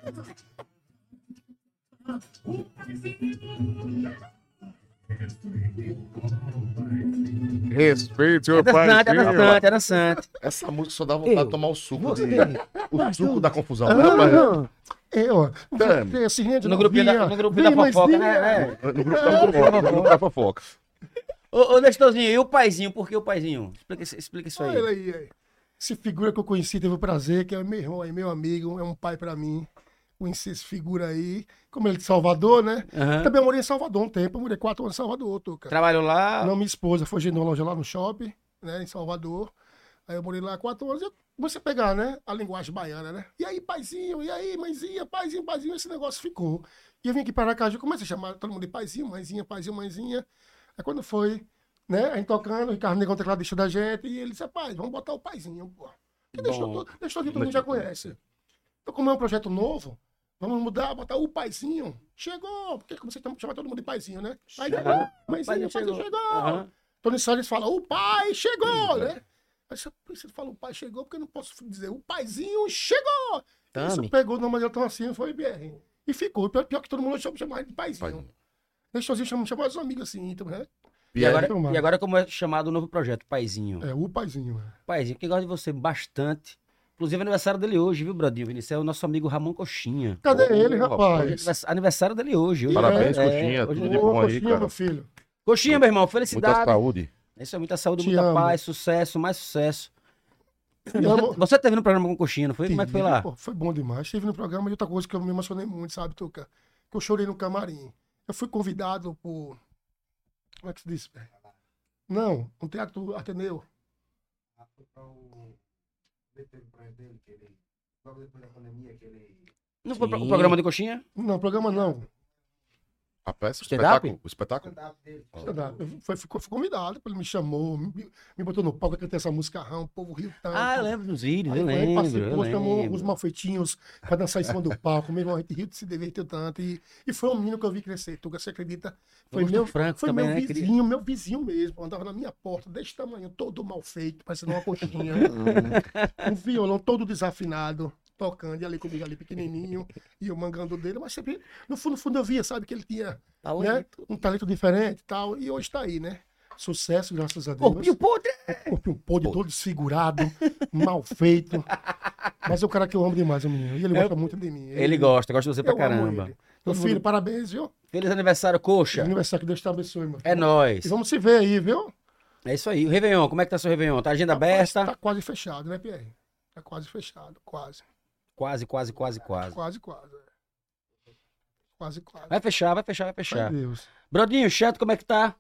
Speaker 3: Respeite
Speaker 1: É
Speaker 3: o
Speaker 1: dançante, é dançante, é dançante.
Speaker 3: Essa música só dá vontade
Speaker 2: Eu.
Speaker 3: de tomar o suco.
Speaker 2: Você.
Speaker 3: de- O suco da confusão. né, rapaz?
Speaker 2: Ah,
Speaker 4: Eu,
Speaker 3: Dame.
Speaker 4: esse rende
Speaker 1: No grupinho da, no grupinho da fofoca, né? né?
Speaker 3: No grupo da fofoca. No grupo da fofoca.
Speaker 1: Ô, ô Nestorzinho, e o paizinho? Por que o paizinho? Explica, isso- explica isso
Speaker 4: Olha
Speaker 1: aí.
Speaker 4: aí, aí. Esse figura que eu conheci, teve o prazer, que é meu irmão aí, meu amigo, é um pai pra mim. Conheci esse figura aí. Como ele é de Salvador, né?
Speaker 1: Aham.
Speaker 4: Também morei em Salvador um tempo, eu morei quatro anos em Salvador, Tuca.
Speaker 1: Trabalhou lá.
Speaker 4: Não, minha esposa foi de uma loja lá no shopping, né, em Salvador. Aí eu morei lá quatro anos. Eu, você pegar, né, a linguagem baiana, né? E aí, paizinho, e aí, mãezinha, paizinho, paizinho, esse negócio ficou. E eu vim aqui para Aracaju, comecei a chamar todo mundo de paizinho, mãezinha, paizinho, mãezinha. Aí quando foi, né, a gente tocando, o Ricardo Negão, tecladista da gente, e ele disse, rapaz, vamos botar o paizinho, pô. Que deixou,
Speaker 1: Bom.
Speaker 4: todo- deixou que todo mundo já conhece. Então, como é um projeto novo, vamos mudar, botar o paizinho. Chegou, porque comecei a chamar todo mundo de paizinho, né? Aí,
Speaker 1: Aham.
Speaker 4: mãezinha,
Speaker 1: Paizinho
Speaker 4: paizinho,
Speaker 1: chegou.
Speaker 4: chegou.
Speaker 1: Aham. é.
Speaker 4: Tony Salles fala, o pai chegou, né? Aí você por isso ele fala, o pai chegou, porque eu não posso dizer, o paizinho chegou. Isso
Speaker 2: Tami.
Speaker 4: pegou de uma maneira tão assim, foi BR. E ficou, pior, pior que todo mundo chama, chama ele de paizinho.
Speaker 3: Paizinho.
Speaker 4: Deixa eu ver, chama, chama os amigos assim, então, né?
Speaker 1: Então, E, agora,
Speaker 4: Tomara.
Speaker 1: e agora como é chamado o novo projeto,
Speaker 3: Hum.
Speaker 1: Paizinho?
Speaker 4: É, o paizinho. né?
Speaker 1: Paizinho, que gosta de você bastante. Inclusive, é aniversário dele hoje, viu, Brodinho? Vinícius, é o nosso amigo Ramon Coxinha.
Speaker 4: Cadê
Speaker 3: Ô,
Speaker 4: ele,
Speaker 1: Hoje
Speaker 3: rapaz.
Speaker 1: é
Speaker 4: rapaz?
Speaker 1: anivers- Aniversário dele hoje. hoje
Speaker 3: Parabéns,
Speaker 1: é,
Speaker 3: Coxinha.
Speaker 1: hoje-
Speaker 3: Tudo de bom aí,
Speaker 4: Coxinha,
Speaker 3: cara.
Speaker 4: meu filho.
Speaker 1: Coxinha, meu irmão,
Speaker 3: Muita
Speaker 1: felicidade.
Speaker 3: saúde.
Speaker 1: Isso é muita saúde,
Speaker 4: Te
Speaker 1: muita
Speaker 4: amo.
Speaker 1: paz, sucesso, mais sucesso.
Speaker 4: Te amo.
Speaker 1: Você, você teve no programa com Coxinha, não foi? Como é que foi lá?
Speaker 4: Pô, foi bom demais. Estive no programa e outra coisa que eu me emocionei muito, sabe, Tuca? Que eu chorei no camarim. Eu fui convidado por. Como é que se diz? velho? Não, um teatro Ateneu.
Speaker 1: Não foi pro-
Speaker 2: Sim.
Speaker 1: o programa de Coxinha?
Speaker 4: Não, programa não.
Speaker 3: Rapaz, o
Speaker 2: Stand-up?
Speaker 3: espetáculo. O espetáculo.
Speaker 4: Stand-up. Eu fui, fui- fui convidado, ele me chamou, me, me botou no palco, eu cantei essa música rã, o povo riu tanto.
Speaker 1: Ah, eu lembro dos vídeos,
Speaker 4: Aí
Speaker 1: eu
Speaker 4: foi, aí
Speaker 1: lembro. eu
Speaker 4: participou, chamou os
Speaker 1: lembro.
Speaker 4: malfeitinhos pra dançar em cima do palco. Meu irmão, a gente riu, se divertiu tanto. E, e foi um menino que eu vi crescer, Tuca, você acredita? Foi
Speaker 1: Augusto
Speaker 4: meu,
Speaker 1: Franco
Speaker 4: foi
Speaker 1: também,
Speaker 4: meu
Speaker 1: né? Queria-
Speaker 4: vizinho, meu vizinho mesmo. Andava na minha porta, desse
Speaker 1: né?
Speaker 4: tamanho, todo mal feito, parecendo uma coxinha. um violão todo desafinado. tocando, e ali comigo ali pequenininho, e eu mangando dele, mas sempre, no fundo, no fundo eu via, sabe, que ele tinha
Speaker 2: Tá
Speaker 4: né,
Speaker 2: olhando.
Speaker 4: um talento diferente e tal, e hoje tá aí, né? Sucesso, graças a Deus.
Speaker 1: Corpinho podre.
Speaker 4: Corpinho podre, todo desfigurado, mal feito. Mas é o cara que eu amo demais, o menino. E ele gosta muito de mim.
Speaker 1: É Ele gosta, gosta de você
Speaker 4: eu
Speaker 1: pra
Speaker 4: amo
Speaker 1: caramba.
Speaker 4: ele. Meu filho, parabéns, viu?
Speaker 1: Feliz aniversário, coxa.
Speaker 4: Aniversário que Deus te abençoe, meu.
Speaker 1: É nóis.
Speaker 4: E vamos se ver aí, viu?
Speaker 1: É isso aí. O Réveillon, como é que tá seu Réveillon? Tá agenda
Speaker 4: Rapaz,
Speaker 1: aberta?
Speaker 4: Tá quase fechado, né, Pierre? Tá quase fechado, quase.
Speaker 1: Quase, quase, quase, quase.
Speaker 4: Quase, quase. é. Quase, quase.
Speaker 1: Vai fechar, vai fechar, vai fechar.
Speaker 4: Meu Deus.
Speaker 1: Brodinho, chato, como é que tá?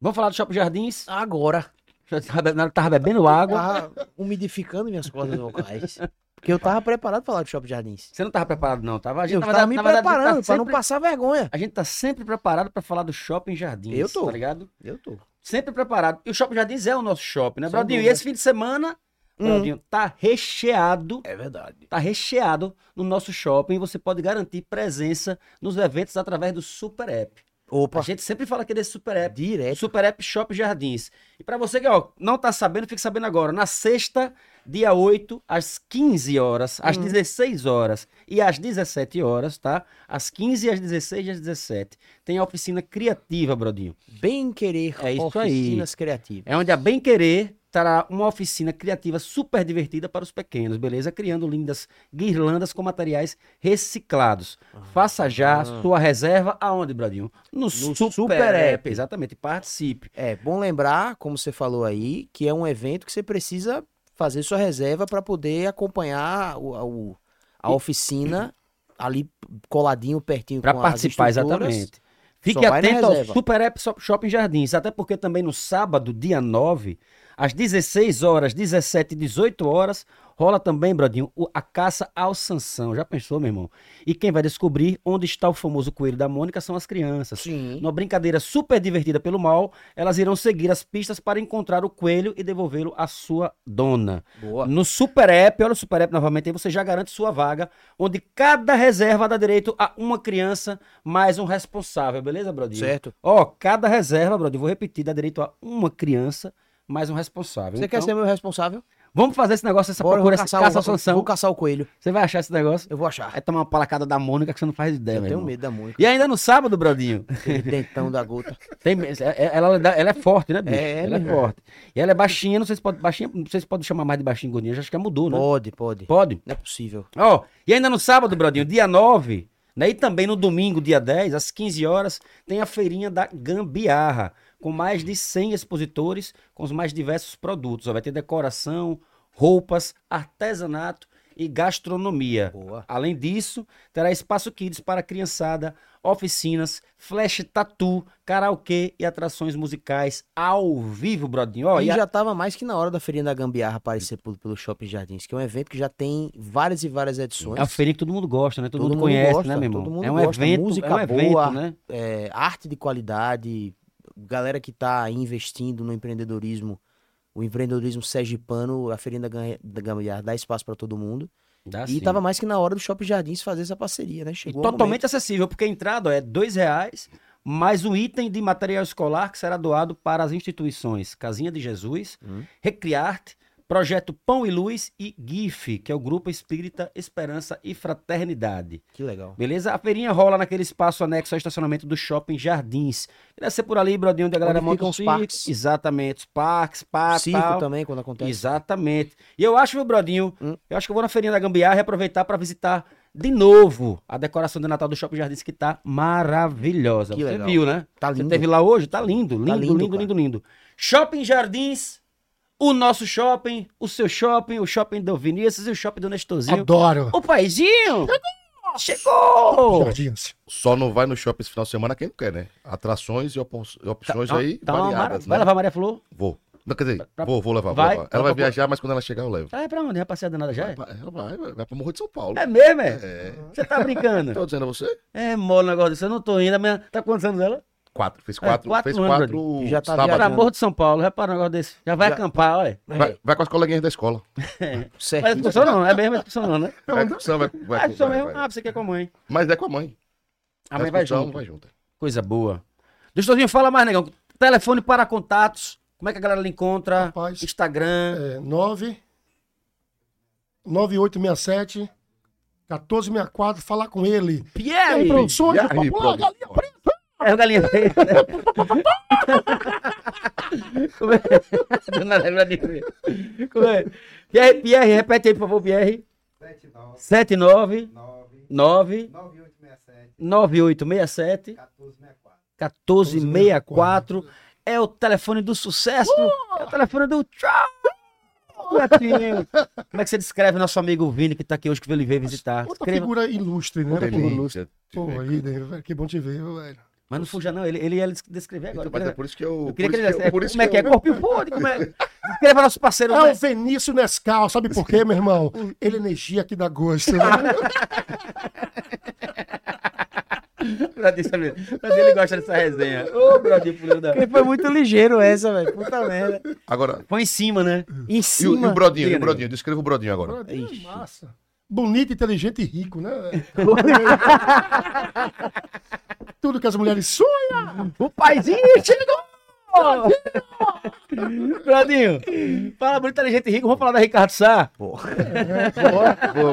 Speaker 1: Vamos falar do Shopping Jardins?
Speaker 2: Agora.
Speaker 1: Já tava, be- na hora que tava bebendo água.
Speaker 2: Ah. Tava umidificando minhas cordas vocais. Porque eu tava preparado pra falar do Shopping Jardins.
Speaker 1: Você não tava preparado, não, tava? A
Speaker 2: Eu
Speaker 1: na
Speaker 2: tava
Speaker 1: verdade-
Speaker 2: me
Speaker 1: na verdade, a gente tá
Speaker 2: preparando pra não
Speaker 1: sempre-
Speaker 2: passar vergonha.
Speaker 1: A gente tá sempre preparado pra falar do Shopping Jardins.
Speaker 2: Eu tô.
Speaker 1: Tá ligado?
Speaker 2: Eu tô.
Speaker 1: Sempre preparado. E o Shopping Jardins é o nosso shopping, né,
Speaker 2: Sem
Speaker 1: Brodinho? E
Speaker 2: dúvida.
Speaker 1: esse fim de semana,
Speaker 2: Hum.
Speaker 1: Brodinho, tá recheado
Speaker 2: É verdade.
Speaker 1: Tá recheado no nosso shopping. Você pode garantir presença nos eventos através do Super App.
Speaker 2: Opa.
Speaker 1: A gente sempre fala aqui desse Super
Speaker 2: é
Speaker 1: App.
Speaker 2: Direto.
Speaker 1: Super App Shop Jardins. E pra você que ó, não tá sabendo, fique sabendo agora. Na sexta, dia 8, às 15 horas,
Speaker 2: Hum.
Speaker 1: às 16 horas e às 17 horas, tá? Às 15, às 16 e às 17. Tem a oficina criativa, Brodinho.
Speaker 2: Bem querer
Speaker 1: É isso aí.
Speaker 2: oficinas criativas.
Speaker 1: É onde a Bem Querer terá uma oficina criativa super divertida para os pequenos, beleza? Criando lindas guirlandas com materiais reciclados.
Speaker 2: Ah,
Speaker 1: Faça já sua reserva aonde, Bradinho? No, Super,
Speaker 2: Super
Speaker 1: App.
Speaker 2: App.
Speaker 1: Exatamente, participe.
Speaker 2: É bom lembrar, como você falou aí, que é um evento que você precisa fazer sua reserva pra poder acompanhar o, a- o- a oficina ali coladinho, pertinho
Speaker 1: Para
Speaker 2: com as
Speaker 1: participar,
Speaker 2: instrutoras.
Speaker 1: exatamente. Fique
Speaker 2: Só vai na
Speaker 1: atento ao
Speaker 2: reserva.
Speaker 1: Super App Shop- Shopping Jardins, até porque também no sábado, dia 9, às 16 horas, 17 e 18 horas, rola também, Bradinho, o- a caça ao Sansão. Já pensou, meu irmão? E quem vai descobrir onde está o famoso coelho da Mônica são as crianças.
Speaker 2: Sim.
Speaker 1: Numa brincadeira super divertida pelo mal, elas irão seguir as pistas para encontrar o coelho e devolvê-lo à sua dona.
Speaker 2: Boa.
Speaker 1: No Super App, olha o Super App novamente aí, você já garante sua vaga, onde cada reserva dá direito a uma criança mais um responsável, beleza, Brodinho?
Speaker 2: Certo.
Speaker 1: Ó, cada reserva, Brodinho, vou repetir, dá direito a uma criança mais um responsável.
Speaker 2: Você
Speaker 1: Então,
Speaker 2: quer ser meu responsável?
Speaker 1: Vamos um fazer esse negócio, essa
Speaker 2: Bora, eu vou
Speaker 1: procura, essa
Speaker 2: caçar, o-
Speaker 1: caça à
Speaker 2: vou-
Speaker 1: sanção.
Speaker 2: vou caçar o coelho.
Speaker 1: Você vai achar esse negócio?
Speaker 2: Eu vou achar.
Speaker 1: É tomar uma palacada da Mônica que você não faz ideia,
Speaker 2: eu
Speaker 1: meu
Speaker 2: tenho
Speaker 1: irmão.
Speaker 2: medo da Mônica.
Speaker 1: E ainda no sábado, Brodinho,
Speaker 2: Aquele dentão da gota.
Speaker 1: Tem, me- é- é- ela, ela é forte, né, bicho?
Speaker 2: É,
Speaker 1: ela é
Speaker 2: meu
Speaker 1: forte. E ela é baixinha, não sei se pode, baixinha, não sei se pode chamar mais de baixinha gordinha, já acho que já mudou, né?
Speaker 2: Pode, pode.
Speaker 1: Pode.
Speaker 2: Não é possível.
Speaker 1: Ó, e ainda no sábado, Brodinho, dia 9, né, e também no domingo, dia 10, às 15 horas, tem a feirinha da Gambiarra, com mais de 100 expositores, com os mais diversos produtos. Ó, vai ter decoração, roupas, artesanato e gastronomia.
Speaker 2: Boa.
Speaker 1: Além disso, terá espaço kids para criançada, oficinas, flash tatu, karaokê e atrações musicais ao vivo, Brodinho. Ó,
Speaker 2: e
Speaker 1: e a-
Speaker 2: já tava mais que na hora da feirinha da Gambiarra aparecer pelo, pelo Shopping Jardins, que é um evento que já tem várias e várias edições.
Speaker 1: é uma feira que todo mundo gosta, né? Todo,
Speaker 2: Todo
Speaker 1: mundo
Speaker 2: mundo
Speaker 1: conhece,
Speaker 2: gosta,
Speaker 1: né, meu irmão?
Speaker 2: todo mundo
Speaker 1: é um
Speaker 2: gosta,
Speaker 1: evento,
Speaker 2: música
Speaker 1: é um evento,
Speaker 2: boa.
Speaker 1: né?
Speaker 2: É, arte de qualidade, galera que tá aí investindo no empreendedorismo, o empreendedorismo sergipano, a feirinha da Gan- da Gambiarra dá espaço pra todo mundo.
Speaker 1: Dá
Speaker 2: e
Speaker 1: sim.
Speaker 2: tava mais que na hora do Shopping Jardins fazer essa parceria, né? Chegou ao
Speaker 1: totalmente acessível, porque a entrada ó, é R$ 2,00, mais um item de material escolar que será doado para as instituições Casinha de Jesus,
Speaker 2: Hum.
Speaker 1: Recriarte, Projeto Pão e Luz e GIF, que é o Grupo Espírita Esperança e Fraternidade.
Speaker 2: momento. Que legal.
Speaker 1: Beleza? A feirinha rola naquele espaço anexo ao estacionamento do Shopping Jardins. Deve ser por ali, Brodinho, onde a galera
Speaker 2: Onde
Speaker 1: monta
Speaker 2: ficam
Speaker 1: os
Speaker 2: os
Speaker 1: parques.
Speaker 2: parques.
Speaker 1: Exatamente, os parques, parques,
Speaker 2: Circo
Speaker 1: tal.
Speaker 2: também, quando acontece.
Speaker 1: Exatamente. E eu acho, meu brodinho,
Speaker 2: Hum.
Speaker 1: eu acho que eu vou na feirinha da Gambiarra e aproveitar para visitar de novo a decoração de Natal do Shopping Jardins, que tá maravilhosa.
Speaker 2: Que
Speaker 1: Você
Speaker 2: legal.
Speaker 1: viu, né?
Speaker 2: Tá
Speaker 1: Você
Speaker 2: lindo.
Speaker 1: teve lá hoje? Tá lindo, lindo,
Speaker 2: Tá
Speaker 1: lindo,
Speaker 2: lindo,
Speaker 1: lindo,
Speaker 2: cara.
Speaker 1: lindo, Shopping Jardins, o nosso shopping, o seu shopping, o shopping do Vinícius e o shopping do Nestorzinho.
Speaker 4: Adoro.
Speaker 1: O paizinho! Chegou!
Speaker 4: Jardins.
Speaker 3: Só não vai no shopping esse final de semana quem não quer, né? Atrações e opo- e opções
Speaker 1: Tá-
Speaker 3: aí
Speaker 1: tá uma mara-
Speaker 3: variadas,
Speaker 1: Vai
Speaker 3: né?
Speaker 1: levar Maria Flor?
Speaker 3: Vou. Não, quer dizer,
Speaker 1: Pra-
Speaker 3: vou, vou levar, vou
Speaker 1: Vai?
Speaker 3: levar. Ela vai
Speaker 1: Pra- pra-
Speaker 3: viajar, mas quando ela chegar eu levo.
Speaker 1: Ah, é pra onde? Rapaziada, nada já?
Speaker 3: Vai,
Speaker 1: É,
Speaker 3: pra- ela vai, vai, vai pra Morro de São Paulo.
Speaker 1: é mesmo, é?
Speaker 3: É.
Speaker 1: Você tá brincando?
Speaker 3: Tô dizendo a você?
Speaker 1: é mole o negócio desse. Eu não tô indo. a minha- Tá quantos anos ela?
Speaker 3: Quatro. Fez
Speaker 1: É,
Speaker 3: quatro,
Speaker 1: quatro
Speaker 3: fez
Speaker 1: anos,
Speaker 3: quatro
Speaker 2: Brandinho. Já tá
Speaker 3: sábado.
Speaker 1: Pra
Speaker 2: viajando.
Speaker 1: Morro de São Paulo, repara um negócio desse. Já vai
Speaker 2: Já.
Speaker 1: acampar, olha.
Speaker 3: Vai, vai com as coleguinhas da escola.
Speaker 1: Mas
Speaker 2: Certo.
Speaker 1: expulsão não, é mesmo a expulsão não, né?
Speaker 3: Vai, com-
Speaker 1: Ah,
Speaker 3: vai, vai, vai,
Speaker 1: expulsão
Speaker 3: vai,
Speaker 1: mesmo? Ah, você quer com a mãe.
Speaker 3: Mas é com a mãe.
Speaker 1: A mãe vai
Speaker 3: expulsão
Speaker 1: junto.
Speaker 3: vai junto.
Speaker 1: Coisa boa. Doutorzinho, fala mais, negão. Telefone para contatos. Como é que a galera lhe encontra?
Speaker 4: Rapaz.
Speaker 1: Instagram.
Speaker 4: É, 9 9867 1464, falar com ele.
Speaker 1: Pierre!
Speaker 4: Tem produções,
Speaker 3: Pierre,
Speaker 4: por favor,
Speaker 3: produção.
Speaker 4: galinha preta.
Speaker 1: É o galinha feia. né? Como é? Dona Débora de Feira. Como é? Pierre, Pierre, repete aí, por favor, Pierre.
Speaker 5: 79
Speaker 1: 79
Speaker 5: 9
Speaker 1: 9 9867
Speaker 5: 9867 1464.
Speaker 1: 1464. É o telefone do sucesso. É o telefone do tchau. Gatinho. Como é que você descreve nosso amigo Vini que tá aqui hoje que ele veio visitar?
Speaker 4: Outra
Speaker 1: Escreva-
Speaker 4: figura ilustre, né?
Speaker 3: Delícia,
Speaker 4: Figura ilustre. Pô,
Speaker 3: tiver-
Speaker 4: aí, Daniel, velho, que bom te ver, velho.
Speaker 1: Mas não fuja, não. Ele, ele ia descrever agora.
Speaker 3: Então, mas é por isso que eu.
Speaker 1: Eu queria
Speaker 3: por
Speaker 1: que
Speaker 3: isso
Speaker 1: ele dissesse,
Speaker 3: eu- por isso
Speaker 1: como é que é?
Speaker 3: eu-
Speaker 1: Corpo pode, como é? Escreva nosso parceiro.
Speaker 4: É o
Speaker 1: né?
Speaker 4: Venício Nescau, sabe por quê, meu irmão? Ele é energia que dá gosto. né?
Speaker 1: Bradinho, sabe? Bradinho, ele gosta dessa resenha. Ô, Bradinho, filho da...
Speaker 2: Ele foi muito ligeiro essa, velho. Puta merda.
Speaker 3: Agora,
Speaker 1: Põe em cima, né?
Speaker 2: Em
Speaker 3: e o, e
Speaker 2: cima.
Speaker 3: o Brodinho? E
Speaker 1: Diga,
Speaker 3: o Brodinho? Descreva o Brodinho agora.
Speaker 4: Brodinho é massa. Bonito, inteligente e rico, né? velho? Tudo que as mulheres sonham.
Speaker 1: O paizinho chegou! Bradinho, fala muito inteligente e rico. Vamos falar da Ricardo Sá.
Speaker 3: Boa,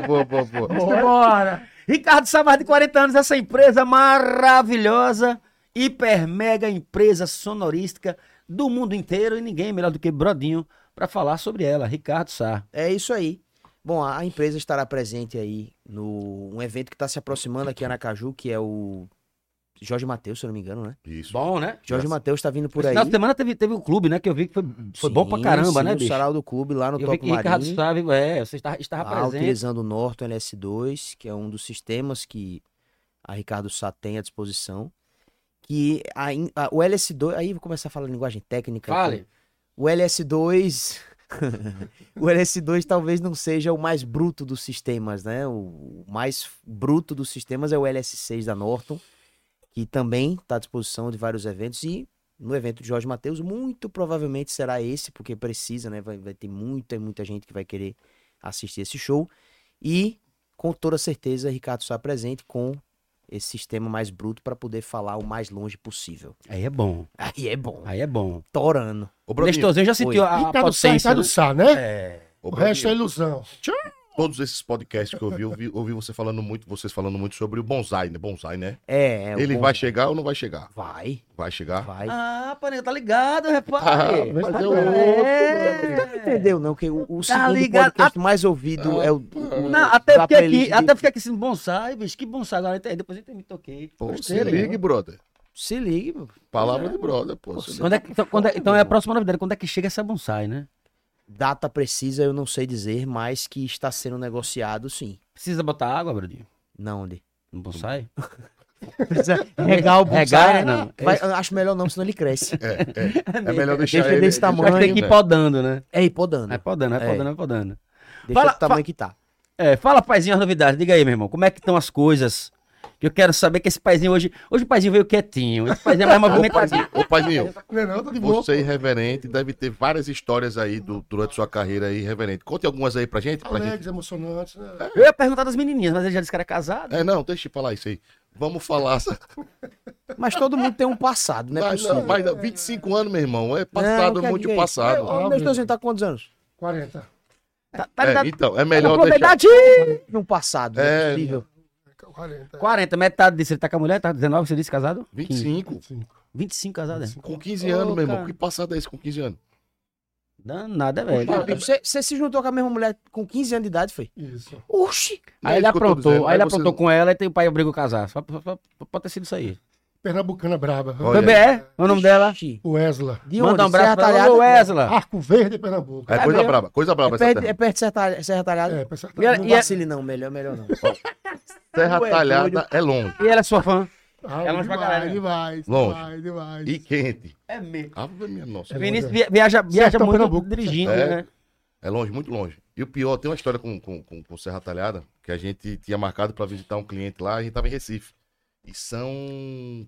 Speaker 3: boa, boa, boa.
Speaker 4: Bora.
Speaker 1: Ricardo Sá, mais de 40 anos, essa empresa maravilhosa, hiper mega empresa sonorística do mundo inteiro e ninguém melhor do que Brodinho para falar sobre ela, Ricardo Sá.
Speaker 2: É isso aí. Bom, a a empresa estará presente aí no um evento que está se aproximando aqui em Aracaju, que é o Jorge Matheus, se eu não me engano, né?
Speaker 3: Isso.
Speaker 1: Bom, né?
Speaker 2: Jorge Matheus está vindo por
Speaker 1: Na
Speaker 2: aí.
Speaker 1: Final de semana teve, teve um clube, né? Que eu vi que foi, foi bom pra
Speaker 2: Sim,
Speaker 1: caramba,
Speaker 2: sim,
Speaker 1: né,
Speaker 2: o
Speaker 1: bicho?
Speaker 2: sarau do clube lá no
Speaker 1: eu vi que
Speaker 2: Toco
Speaker 1: Ricardo
Speaker 2: Marinho.
Speaker 1: Sá, é, você estava, estava
Speaker 2: Lá,
Speaker 1: presente.
Speaker 2: utilizando o Norton LS2, que é um dos sistemas que a Ricardo Sá tem à disposição. Que a in- a- o LS2, aí vou começar a falar linguagem técnica.
Speaker 1: Fale.
Speaker 2: O LS2. o LS2 talvez não seja o mais bruto dos sistemas, né? O o mais bruto dos sistemas é o LS6 da Norton, que também está à disposição de vários eventos. E no evento de Jorge Matheus, muito provavelmente será esse, porque precisa, né? Vai, vai ter muita, muita gente que vai querer assistir esse show. E com toda certeza, Ricardo está presente com esse sistema mais bruto para poder falar o mais longe possível.
Speaker 1: Aí é bom,
Speaker 2: Aí é bom,
Speaker 1: aí é bom.
Speaker 2: torando.
Speaker 3: Ô,
Speaker 1: O
Speaker 3: Brodinho,
Speaker 1: Nestorzinho já sentiu
Speaker 2: Oi. tá
Speaker 1: a, a
Speaker 4: Ricardo Sá,
Speaker 1: potência.
Speaker 4: Ricardo
Speaker 1: né?
Speaker 4: Sá, né?
Speaker 3: ô,
Speaker 4: O resto é
Speaker 3: Brodinho,
Speaker 4: ilusão. Tchau.
Speaker 3: todos esses podcasts que eu vi, eu vi, ouvi você falando muito, vocês falando muito sobre o bonsai, né? Bonsai, né?
Speaker 2: É, é o
Speaker 3: Ele
Speaker 2: bom-
Speaker 3: vai chegar ou não vai chegar?
Speaker 2: Vai.
Speaker 3: Vai chegar.
Speaker 2: Vai.
Speaker 1: Ah, panega, tá ligado,
Speaker 2: Tá.
Speaker 1: repare.
Speaker 3: Ah, mas eu-
Speaker 2: Não
Speaker 1: é.
Speaker 2: né? entendeu, não, que o, o
Speaker 1: Tá
Speaker 2: segundo
Speaker 1: ligado.
Speaker 2: podcast mais ouvido
Speaker 3: Ah.
Speaker 2: é o. o-
Speaker 1: Não, até
Speaker 2: da
Speaker 1: porque aqui,
Speaker 2: playlist do-
Speaker 1: até porque aqui, assim, bonsai, bicho, que bonsai, agora até- depois eu me toquei.
Speaker 3: Pô, se
Speaker 1: Gostei, né?
Speaker 3: ligue, brother.
Speaker 2: Se ligue, meu.
Speaker 3: Palavra de brother, pô. se
Speaker 1: Quando é
Speaker 2: tá
Speaker 1: que- então, quando é, então é a próxima novidade, quando é que chega essa bonsai, né?
Speaker 2: Data precisa eu não sei dizer, mas que está sendo negociado, sim.
Speaker 1: Precisa botar água, Brodinho?
Speaker 2: Não, onde?
Speaker 1: No bonsai?
Speaker 2: Precisa regar o bonsai,
Speaker 1: Regar,
Speaker 2: né?
Speaker 1: não.
Speaker 2: Vai- eu acho melhor não, senão ele cresce.
Speaker 3: ligue. É, é. É melhor
Speaker 2: Deixa
Speaker 3: deixar
Speaker 2: ele
Speaker 3: ele
Speaker 2: desse
Speaker 3: deixar
Speaker 2: tamanho,
Speaker 1: Vai
Speaker 3: ele,
Speaker 1: ter que ir
Speaker 3: né?
Speaker 1: podando, né?
Speaker 2: É ir podando.
Speaker 1: É podando, é
Speaker 2: É.
Speaker 1: podando, é podando.
Speaker 2: Deixa
Speaker 1: Fala-
Speaker 2: do tamanho que tá.
Speaker 1: É, fala, paizinho, as novidades. Diga aí, meu irmão, como é que estão as coisas? Que eu quero saber que esse paizinho hoje. Hoje o paizinho veio quietinho. Esse paizinho é mais movimentadinho.
Speaker 3: Ô, Paizinho,
Speaker 4: Não é não, tá de boa.
Speaker 3: você irreverente deve ter várias histórias aí do- durante sua carreira aí, irreverente. Conte algumas aí pra gente. Pra gente.
Speaker 4: Alegres, emocionantes. né?
Speaker 1: Eu ia perguntar das menininhas, mas ele já disse que era casado.
Speaker 3: É, não, deixa eu falar isso aí. Vamos falar.
Speaker 2: Mas todo mundo tem um passado, não é
Speaker 3: mas,
Speaker 2: possível.
Speaker 3: não, mas não, 25 anos, meu irmão. É
Speaker 2: Não,
Speaker 3: passado,
Speaker 2: quer
Speaker 3: muito
Speaker 2: dizer-
Speaker 3: passado.
Speaker 2: Ô, Meus dois tá com quantos anos?
Speaker 4: 40.
Speaker 1: Tá, tá
Speaker 3: É,
Speaker 1: ligado?
Speaker 3: então, é
Speaker 1: Tá
Speaker 3: melhor
Speaker 1: com
Speaker 3: deixar.
Speaker 1: idade?
Speaker 2: Num passado, não é
Speaker 3: É.
Speaker 2: possível.
Speaker 4: 40.
Speaker 1: 40, metade disso. Ele tá com a mulher, tá 19, você disse casado?
Speaker 3: 25.
Speaker 4: 45.
Speaker 1: 25 casado, é?
Speaker 3: Com 15 anos,
Speaker 1: Ô,
Speaker 3: meu irmão.
Speaker 1: cara.
Speaker 3: Que passado é esse com 15 anos?
Speaker 1: Danada, velho.
Speaker 2: Você você se juntou com a mesma mulher com 15 anos de idade, foi?
Speaker 4: Isso.
Speaker 2: Oxi!
Speaker 1: Aí ele
Speaker 3: É isso que eu tô dizendo,
Speaker 1: aprontou, aí ele
Speaker 3: você
Speaker 1: aprontou
Speaker 3: não-
Speaker 1: com ela e tem o pai obriga a casar. Só, só- só- só pode ter sido isso aí.
Speaker 4: Pernambucana braba.
Speaker 3: Olha
Speaker 1: Também é? Qual o nome dela?
Speaker 2: Oxi.
Speaker 4: Wesley.
Speaker 2: De onde? é
Speaker 1: Manda um abraço
Speaker 2: Serra
Speaker 1: pra ela.
Speaker 2: Talhada?
Speaker 1: Ô, Wesley.
Speaker 4: Arco Verde,
Speaker 3: É,
Speaker 4: Pernambuco.
Speaker 1: Ah. É
Speaker 3: coisa
Speaker 1: mesmo?
Speaker 3: braba, coisa
Speaker 2: É
Speaker 3: braba essa
Speaker 2: perto, é
Speaker 3: terra.
Speaker 2: perto de Serra Talhada. Serra Talhada.
Speaker 4: É, pra certa-
Speaker 1: E ela-
Speaker 2: Não
Speaker 1: e ela-
Speaker 2: vacile não, melhor, melhor não.
Speaker 3: Terra
Speaker 2: Tu é
Speaker 3: talhada é longe.
Speaker 1: E ela é sua fã?
Speaker 4: Ah,
Speaker 1: é longe pra caralho, né?
Speaker 4: Demais,
Speaker 3: Longe.
Speaker 4: demais, demais.
Speaker 3: E quente.
Speaker 1: É mesmo.
Speaker 3: Ave minha nossa.
Speaker 4: É
Speaker 1: Vinícius via- viaja, viaja
Speaker 4: Sertão,
Speaker 1: muito
Speaker 4: Pernambuco.
Speaker 1: dirigindo,
Speaker 3: É.
Speaker 1: né?
Speaker 3: É longe, muito longe. E o pior, tem uma história com, com, com, com Serra Talhada, que a gente tinha marcado para visitar um cliente lá, a gente tava em Recife. E são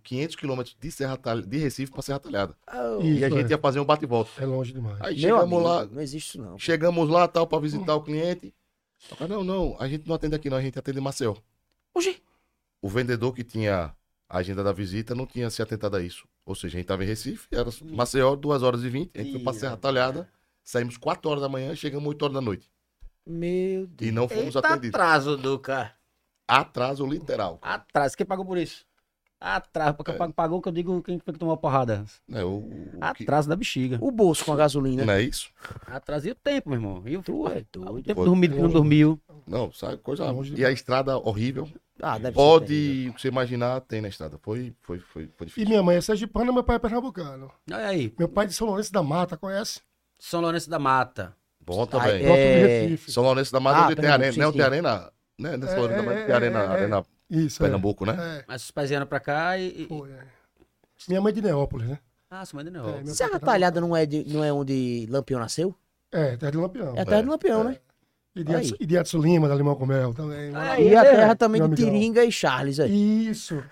Speaker 3: 500 quilômetros de, Serra Tal- de Recife para Serra Talhada.
Speaker 4: Isso,
Speaker 3: e a gente
Speaker 4: é.
Speaker 3: ia fazer um bate-volta.
Speaker 4: é longe demais.
Speaker 3: Aí
Speaker 2: Meu
Speaker 3: chegamos
Speaker 2: amigo,
Speaker 3: lá,
Speaker 2: não existe isso não.
Speaker 3: chegamos lá, tal, para visitar o cliente. O cara, não, não, a gente não atende aqui não, a gente atende em Maceió.
Speaker 2: Oxi.
Speaker 3: O vendedor que tinha a agenda da visita não tinha se atentado a isso. Ou seja, a gente tava em Recife, era Maceió, 2 horas e 20, a gente foi pra Serra Talhada, saímos 4 horas da manhã, chegamos 8 horas da noite.
Speaker 2: Meu Deus.
Speaker 3: E não fomos
Speaker 1: Eita
Speaker 3: atendidos.
Speaker 1: atraso, Duca.
Speaker 3: Atraso literal.
Speaker 1: Atraso. Quem pagou por isso? Atraso. Porque
Speaker 3: É.
Speaker 1: pagou, pagou que eu digo quem foi que tomou a porrada.
Speaker 3: Né, o- o que-
Speaker 1: Atraso da bexiga.
Speaker 2: O bolso com a gasolina.
Speaker 3: Não é isso?
Speaker 1: Atraso e o tempo, meu irmão. E o,
Speaker 2: Tu é
Speaker 1: o
Speaker 2: doido.
Speaker 1: tempo dormido que não dormiu.
Speaker 3: Não, sabe, coisa.
Speaker 4: Longe de-
Speaker 3: E a estrada horrível.
Speaker 2: Ah, deve ser. terrível.
Speaker 3: Pode, o que você imaginar, tem na estrada. Foi, foi, foi, foi
Speaker 4: E
Speaker 3: difícil.
Speaker 4: minha mãe é sergipana, meu pai é pernambucano.
Speaker 1: Olha aí.
Speaker 4: Meu pai é de São Lourenço da Mata, conhece?
Speaker 1: São Lourenço da Mata.
Speaker 3: Bom
Speaker 2: Ai,
Speaker 3: também.
Speaker 2: é.
Speaker 4: Próximo de Recife.
Speaker 3: São Lourenço da Mata,
Speaker 2: Ah,
Speaker 3: onde tem
Speaker 2: Pernambuco,
Speaker 3: arena.
Speaker 2: sim,
Speaker 3: Não, tem
Speaker 2: sim.
Speaker 3: arena. Né, né, São Lourenço da
Speaker 4: É,
Speaker 3: Mata,
Speaker 4: é,
Speaker 3: tem arena,
Speaker 4: é, é.
Speaker 3: arena
Speaker 4: Isso, é.
Speaker 3: Pernambuco, né?
Speaker 4: É,
Speaker 1: Mas os pais vieram pra cá e. e-
Speaker 4: foi, é. Minha mãe é de Neópolis, né?
Speaker 1: Ah, sua mãe ainda
Speaker 4: É,
Speaker 1: não.
Speaker 4: meu
Speaker 2: Serra
Speaker 4: pai é
Speaker 2: Talhada não é, de- não é onde Lampião nasceu?
Speaker 4: É, terra de Lampião.
Speaker 2: É a terra do Lampião, né?
Speaker 4: E de Edson-
Speaker 2: Aí.
Speaker 4: e de Edson Lima, da Limão com Mel também.
Speaker 1: Ah,
Speaker 2: E a terra também
Speaker 4: É. meu
Speaker 2: de
Speaker 4: amigão.
Speaker 2: Tiringa e Charles aí.
Speaker 4: Isso.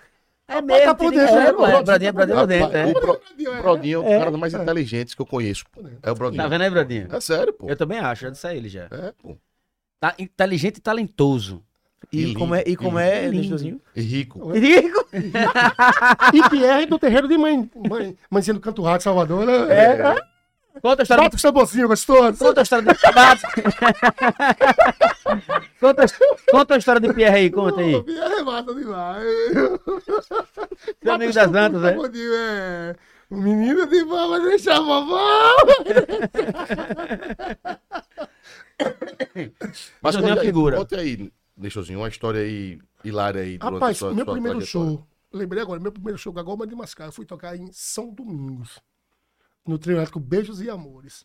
Speaker 1: É
Speaker 4: mesmo,
Speaker 1: mesmo,
Speaker 4: tá por dentro,
Speaker 1: é,
Speaker 4: né,
Speaker 1: pô, é,
Speaker 4: mano?
Speaker 1: Brodinho, é Brodinho por dentro,
Speaker 3: Rapaz,
Speaker 1: é.
Speaker 3: O Bro-
Speaker 4: É.
Speaker 3: Brodinho é o cara mais inteligente que eu conheço. pô. É o Brodinho.
Speaker 1: Tá vendo aí, Brodinho?
Speaker 3: É sério, pô.
Speaker 1: Eu também acho, já disse a ele já.
Speaker 3: É, pô.
Speaker 1: Tá inteligente e talentoso.
Speaker 2: E,
Speaker 3: lindo,
Speaker 2: como é, e como
Speaker 3: lindo.
Speaker 2: é,
Speaker 4: Lindo.
Speaker 2: Nestorzinho?
Speaker 3: E rico.
Speaker 2: Rico!
Speaker 4: E Pierre do terreiro de mãe. Mãe, mãezinha do Canto Rato, Salvador, né?
Speaker 3: É.
Speaker 1: Conta a história
Speaker 4: Bota o saborzinho é gostoso.
Speaker 1: Conta a história do Bata. conta, conta a história do Pierre aí, conta aí.
Speaker 4: Ô, Pierre mata É, demais.
Speaker 1: Seu amigo das Dantas, né?
Speaker 4: Salvador, é. O menino de vó vai deixar a vovó.
Speaker 3: Mas
Speaker 1: Eu tenho
Speaker 3: conta
Speaker 1: a
Speaker 3: aí,
Speaker 1: figura.
Speaker 3: conta aí, Deixozinho, uma história aí hilária aí. durante
Speaker 4: Rapaz,
Speaker 3: a sua-
Speaker 4: meu
Speaker 3: sua
Speaker 4: primeiro
Speaker 3: trajetória.
Speaker 4: show. Lembrei agora, meu primeiro show Gagoma de Mascar. Eu fui tocar em São Domingos. No trio elétrico Beijos e Amores.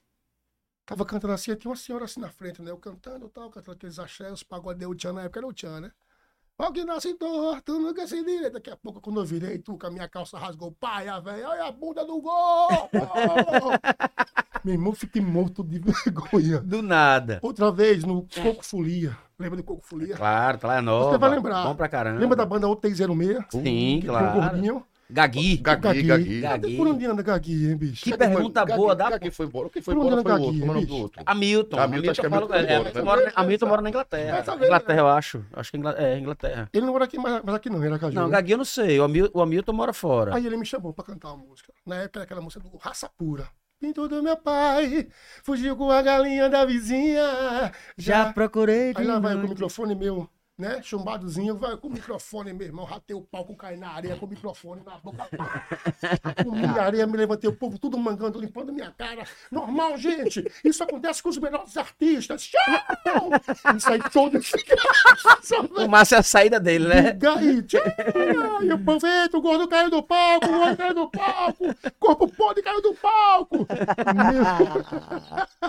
Speaker 4: Tava cantando assim, aí tinha uma senhora assim na frente, né? Eu cantando e tal, cantando aqueles axé, os pagodei, o Tchan na época era o Tchan, né? Pau que nasce torto, nunca se direito. Daqui a pouco, quando eu virei, tu com a minha calça rasgou, pai, a velho, olha a bunda do gol! meu irmão, fiquei morto de vergonha.
Speaker 1: Do nada.
Speaker 4: Outra vez, no Coco Folia. Lembra do Coco Folia?
Speaker 1: Claro, tá lá nova.
Speaker 4: Você vai lembrar.
Speaker 1: Bom pra caramba.
Speaker 4: Lembra da banda OT06?
Speaker 1: Sim,
Speaker 4: Que tem O
Speaker 1: claro.
Speaker 4: gordinho.
Speaker 1: Gagui.
Speaker 3: Gagui,
Speaker 4: Gagui.
Speaker 3: Gagui.
Speaker 1: Gagui.
Speaker 4: Até por onde anda Gagui, hein, bicho?
Speaker 1: Que pergunta
Speaker 3: Gagui-
Speaker 1: boa da
Speaker 3: Gagui foi embora. Quem foi
Speaker 4: Por onde
Speaker 3: embora
Speaker 4: era
Speaker 3: foi o outro.
Speaker 4: Gagui,
Speaker 3: Como é o nome do
Speaker 4: bicho?
Speaker 3: outro?
Speaker 1: Hamilton.
Speaker 3: Hamilton, acho que
Speaker 1: eu falo
Speaker 3: Hamilton
Speaker 1: com ele.
Speaker 3: foi
Speaker 1: É,
Speaker 3: embora, né?
Speaker 1: mora- Hamilton mora na Inglaterra.
Speaker 4: Essa vez,
Speaker 1: Inglaterra, eu acho. Acho que é Ingla- é Inglaterra.
Speaker 4: Ele não era aqui, mas, mas aqui não, era Caju.
Speaker 1: Não, Gagui eu não sei. O Hamil- o Hamilton mora fora.
Speaker 4: Aí ele me chamou pra cantar uma música. Na época era aquela música do Raça Pura. Pinto do meu pai, fugiu com a galinha da vizinha. Já.
Speaker 1: procurei.
Speaker 4: Aí lá vai com o
Speaker 1: noite.
Speaker 4: microfone meu, né? Chumbadozinho, vai com o microfone, meu irmão. Ratei o palco, caí na areia com o microfone na boca. Comi na areia, me levantei, o povo tudo mangando, limpando minha cara. Normal, gente. Isso acontece com os melhores artistas. Tchau! Isso aí todo.
Speaker 1: O Márcio é a saída dele, né?
Speaker 4: Gai, tchau! E o povo, eita, o gordo caiu do palco, o gordo caiu do palco, o corpo podre caiu do palco. Meu,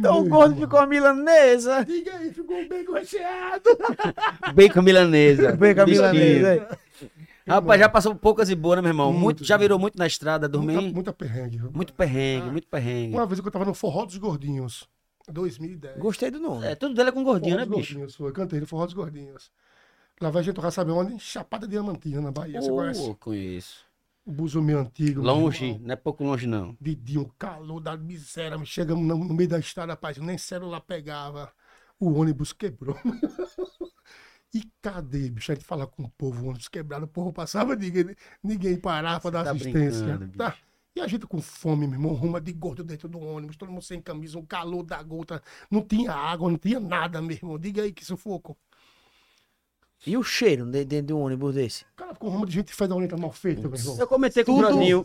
Speaker 2: Então o gordo ficou a milanesa.
Speaker 4: diga aí, ficou bem recheado.
Speaker 1: Bacon milanesa.
Speaker 2: Pega a
Speaker 1: Bichinho.
Speaker 2: milanesa. aí.
Speaker 1: Rapaz, já passou por poucas e boas, né, meu irmão? Muito,
Speaker 4: Muito,
Speaker 1: já virou muito na estrada, dormi.
Speaker 4: Muita,
Speaker 1: Muito,
Speaker 4: muita perrengue. viu?
Speaker 1: perrengue, muito perrengue.
Speaker 4: Uma vez que eu tava no Forró dos Gordinhos, 2010.
Speaker 2: Gostei do nome.
Speaker 1: É, tudo dele é com
Speaker 4: Forró
Speaker 1: gordinho, né,
Speaker 4: dos
Speaker 1: bicho?
Speaker 4: Gordinhos, foi. Eu Cantei no Forró dos Gordinhos. Lá vai a gente tocar, sabe onde? Em Chapada Diamantina, na Bahia. Você conhece?
Speaker 1: Oh, conheço.
Speaker 4: O Buzo antigo. meu
Speaker 1: Longe,
Speaker 4: irmão.
Speaker 1: não é pouco longe, não.
Speaker 4: de dia, um calor da miséria. mas Chegamos no no meio da estrada, rapaz, nem celular pegava. O ônibus quebrou. E cadê, bicho? A gente falar com o povo, o ônibus quebrado, o povo passava, ninguém, ninguém parava pra dar
Speaker 1: tá
Speaker 4: assistência.
Speaker 1: brincando,
Speaker 4: Tá? E a gente com fome, meu irmão, ruma de gordo dentro do ônibus, todo mundo sem camisa, um calor da gota, não tinha água, não tinha nada, meu irmão. Diga aí que sufoco.
Speaker 2: E o cheiro de- dentro de um ônibus desse?
Speaker 4: O cara ficou ruma de gente fedorenta mal feita, meu irmão.
Speaker 1: Eu comentei com o
Speaker 2: Tudo-
Speaker 1: Brodinho.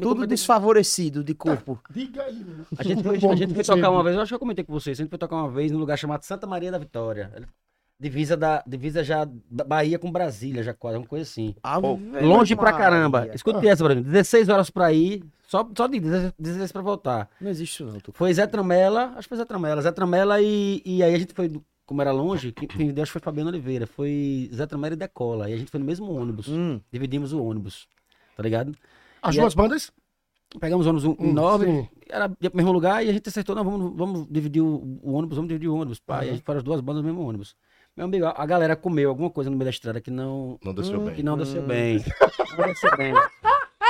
Speaker 2: Tudo desfavorecido de corpo.
Speaker 4: Diga aí, meu irmão.
Speaker 1: A gente, foi, a gente foi tocar uma vez, eu acho que eu comentei com vocês, a gente foi tocar uma vez num lugar chamado Santa Maria da Vitória. Divisa, da, divisa já da Bahia com Brasília, já quase, uma coisa assim.
Speaker 2: Ah, É,
Speaker 1: Longe pra caramba. Escute é essa, Brodinho. 16 horas pra ir, só, só de 16 pra voltar.
Speaker 2: Não existe isso não, tu.
Speaker 1: Foi Zé Tramela, acho que foi Zé Tramela. Zé Tramela e, e aí a gente foi, como era longe, quem quem me deu acho que foi Fabiano Oliveira. Foi Zé Tramela e Decola. E a gente foi no mesmo ônibus.
Speaker 2: Hum,
Speaker 1: Dividimos o ônibus, tá ligado?
Speaker 4: As
Speaker 1: E
Speaker 4: duas bandas?
Speaker 1: Pegamos o ônibus um, um
Speaker 4: Hum,
Speaker 1: nove,
Speaker 4: sim.
Speaker 1: era do mesmo lugar, e a gente acertou, não, vamos, vamos dividir o, o ônibus, vamos dividir o ônibus. Pá,
Speaker 4: Uhum.
Speaker 1: e a gente foram as duas bandas no mesmo ônibus. Meu amigo, a, a galera comeu alguma coisa no meio da estrada que não, hum,
Speaker 3: Não desceu
Speaker 1: que
Speaker 3: bem.
Speaker 1: não desceu bem. Não desceu bem.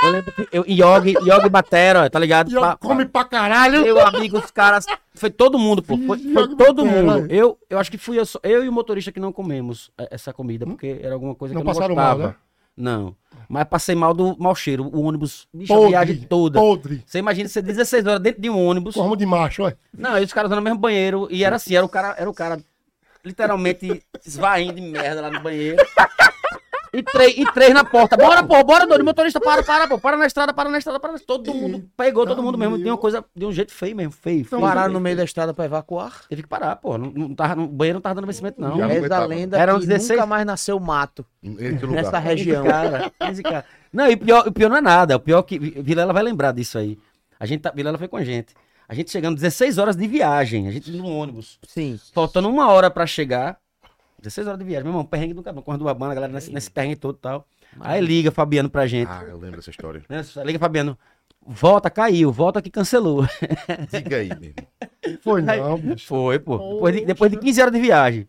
Speaker 1: Eu lembro que eu, Yogi, Yogi Batera, tá ligado?
Speaker 4: E eu
Speaker 1: Pa-
Speaker 4: come pra caralho.
Speaker 1: Meu amigo, os caras. Foi todo mundo, pô. Foi,
Speaker 4: Vixe,
Speaker 1: foi
Speaker 4: joga
Speaker 1: todo
Speaker 4: pra terra,
Speaker 1: mundo. Eu, eu acho que fui eu, só, eu e o motorista que não comemos eh, é, essa comida, porque era alguma coisa
Speaker 4: Hum? Não
Speaker 1: que eu não
Speaker 4: passaram
Speaker 1: gostava.
Speaker 4: mal, né?
Speaker 1: Não. Mas passei mal do mau cheiro. O ônibus, bicho, a
Speaker 4: Podre,
Speaker 1: viagem toda.
Speaker 4: Podre.
Speaker 1: Você imagina você 16 horas dentro de um ônibus.
Speaker 4: Cormo de macho, olha.
Speaker 1: Não, e os caras no mesmo banheiro. E era assim, era o cara, era o cara literalmente esvaindo de merda lá no banheiro. E três, e três na porta. Bora, pô, bora, doido. Motorista, para, para, pô. Para na estrada, para na estrada, para na estrada. Todo mundo pegou, todo mundo mesmo. De uma coisa, de um jeito feio mesmo, feio. feio
Speaker 2: Pararam
Speaker 1: mesmo.
Speaker 2: Então, no meio da estrada pra evacuar.
Speaker 1: Teve que parar, pô. Não, não tava, não- o banheiro não tava dando vencimento, não.
Speaker 3: Já
Speaker 2: O
Speaker 3: não
Speaker 2: resto da
Speaker 3: aguentava.
Speaker 2: lenda
Speaker 1: Eram
Speaker 2: que
Speaker 1: 16
Speaker 2: nunca mais nasceu mato
Speaker 3: Nesse
Speaker 2: nessa
Speaker 3: lugar.
Speaker 2: região.
Speaker 1: Cara, esse cara. Não, e pior, o pior não é nada. O pior é que Vi- Vilela vai lembrar disso aí. A gente tá, Vilela foi com a gente. A gente chegando 16 horas de viagem, a gente no ônibus.
Speaker 2: Sim.
Speaker 1: Faltando uma hora pra chegar. 16 horas de viagem, meu irmão, perrengue do cabelo, correndo uma banda, a galera nesse, nesse perrengue todo e tal. Aí liga Fabiano pra gente.
Speaker 3: Ah, eu lembro dessa história.
Speaker 1: Né? Liga Fabiano, volta, caiu, volta que cancelou.
Speaker 3: Diga aí, meu irmão.
Speaker 4: Foi não, bicho.
Speaker 1: Foi, pô. Depois de, depois de 15 horas de viagem.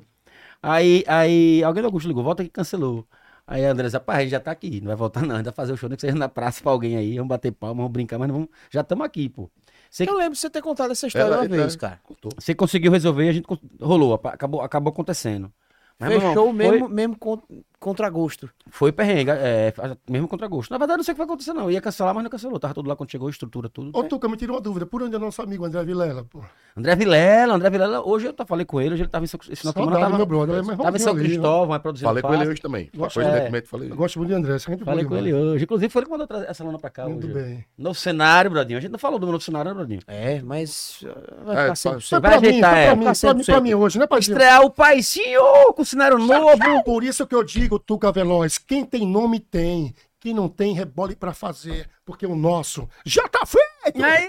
Speaker 1: Aí, aí alguém do Augusto ligou, volta que cancelou. Aí a André disse, rapaz, a gente já tá aqui, não vai voltar não, ainda fazer o show, nem que seja na praça pra alguém aí, vamos bater palma, vamos brincar, mas não vamos, já estamos aqui, pô. Você,
Speaker 2: Eu lembro de você ter contado essa história
Speaker 3: Ela-
Speaker 2: uma
Speaker 3: ela-
Speaker 2: vez, cara.
Speaker 3: Contou.
Speaker 1: você conseguiu resolver, a gente con- rolou, apa- acabou, acabou acontecendo. Mas, meu irmão,
Speaker 2: Fechou
Speaker 1: foi-
Speaker 2: mesmo, mesmo con- contra gosto.
Speaker 1: Foi perrengue, é, mesmo contra gosto. Na verdade, eu não sei o que vai acontecer não, ia cancelar, mas não cancelou, tava tudo lá quando chegou, estrutura, tudo. né?
Speaker 4: Ô, Tuca, me tirou uma dúvida. Por onde é nosso amigo André Vilela, pô?
Speaker 1: André Vilela, André Vilela, hoje eu tá- falei com ele, hoje ele tava em São, esse final de semana
Speaker 4: Saudade do
Speaker 1: tava-
Speaker 4: meu brother. ele é mais
Speaker 1: tava em
Speaker 4: novinho
Speaker 1: São
Speaker 4: ali, né?
Speaker 1: Cristóvão, é produzindo
Speaker 3: Falei com ele
Speaker 1: fácil.
Speaker 3: hoje também.
Speaker 4: Gosto-
Speaker 3: Coincidentemente, falei.
Speaker 4: Eu gosto muito de André. Essa gente
Speaker 1: Falei
Speaker 4: boa
Speaker 1: com ele
Speaker 4: demais.
Speaker 1: hoje. Inclusive, foi ele que mandou trazer essa lona pra cá
Speaker 4: Muito
Speaker 1: hoje.
Speaker 4: bem.
Speaker 1: Novo cenário, Brodinho. A gente não falou do novo cenário, né, Brodinho?
Speaker 2: É, mas uh,
Speaker 3: É,
Speaker 2: vai ficar
Speaker 3: tá-
Speaker 2: sem
Speaker 4: Foi
Speaker 2: você.
Speaker 1: vai
Speaker 4: pra mim, foi
Speaker 1: ajeitar, é.
Speaker 4: pra mim,
Speaker 2: Ficar
Speaker 4: pra mim, pra
Speaker 2: 100%.
Speaker 4: mim hoje, né, Padrinho?
Speaker 1: Estrear o Paizinho com cenário novo.
Speaker 4: Por isso que eu digo, Tuca Veloz, quem tem nome tem. Quem não tem, rebole pra fazer. Porque o nosso já tá feito!
Speaker 1: Aí,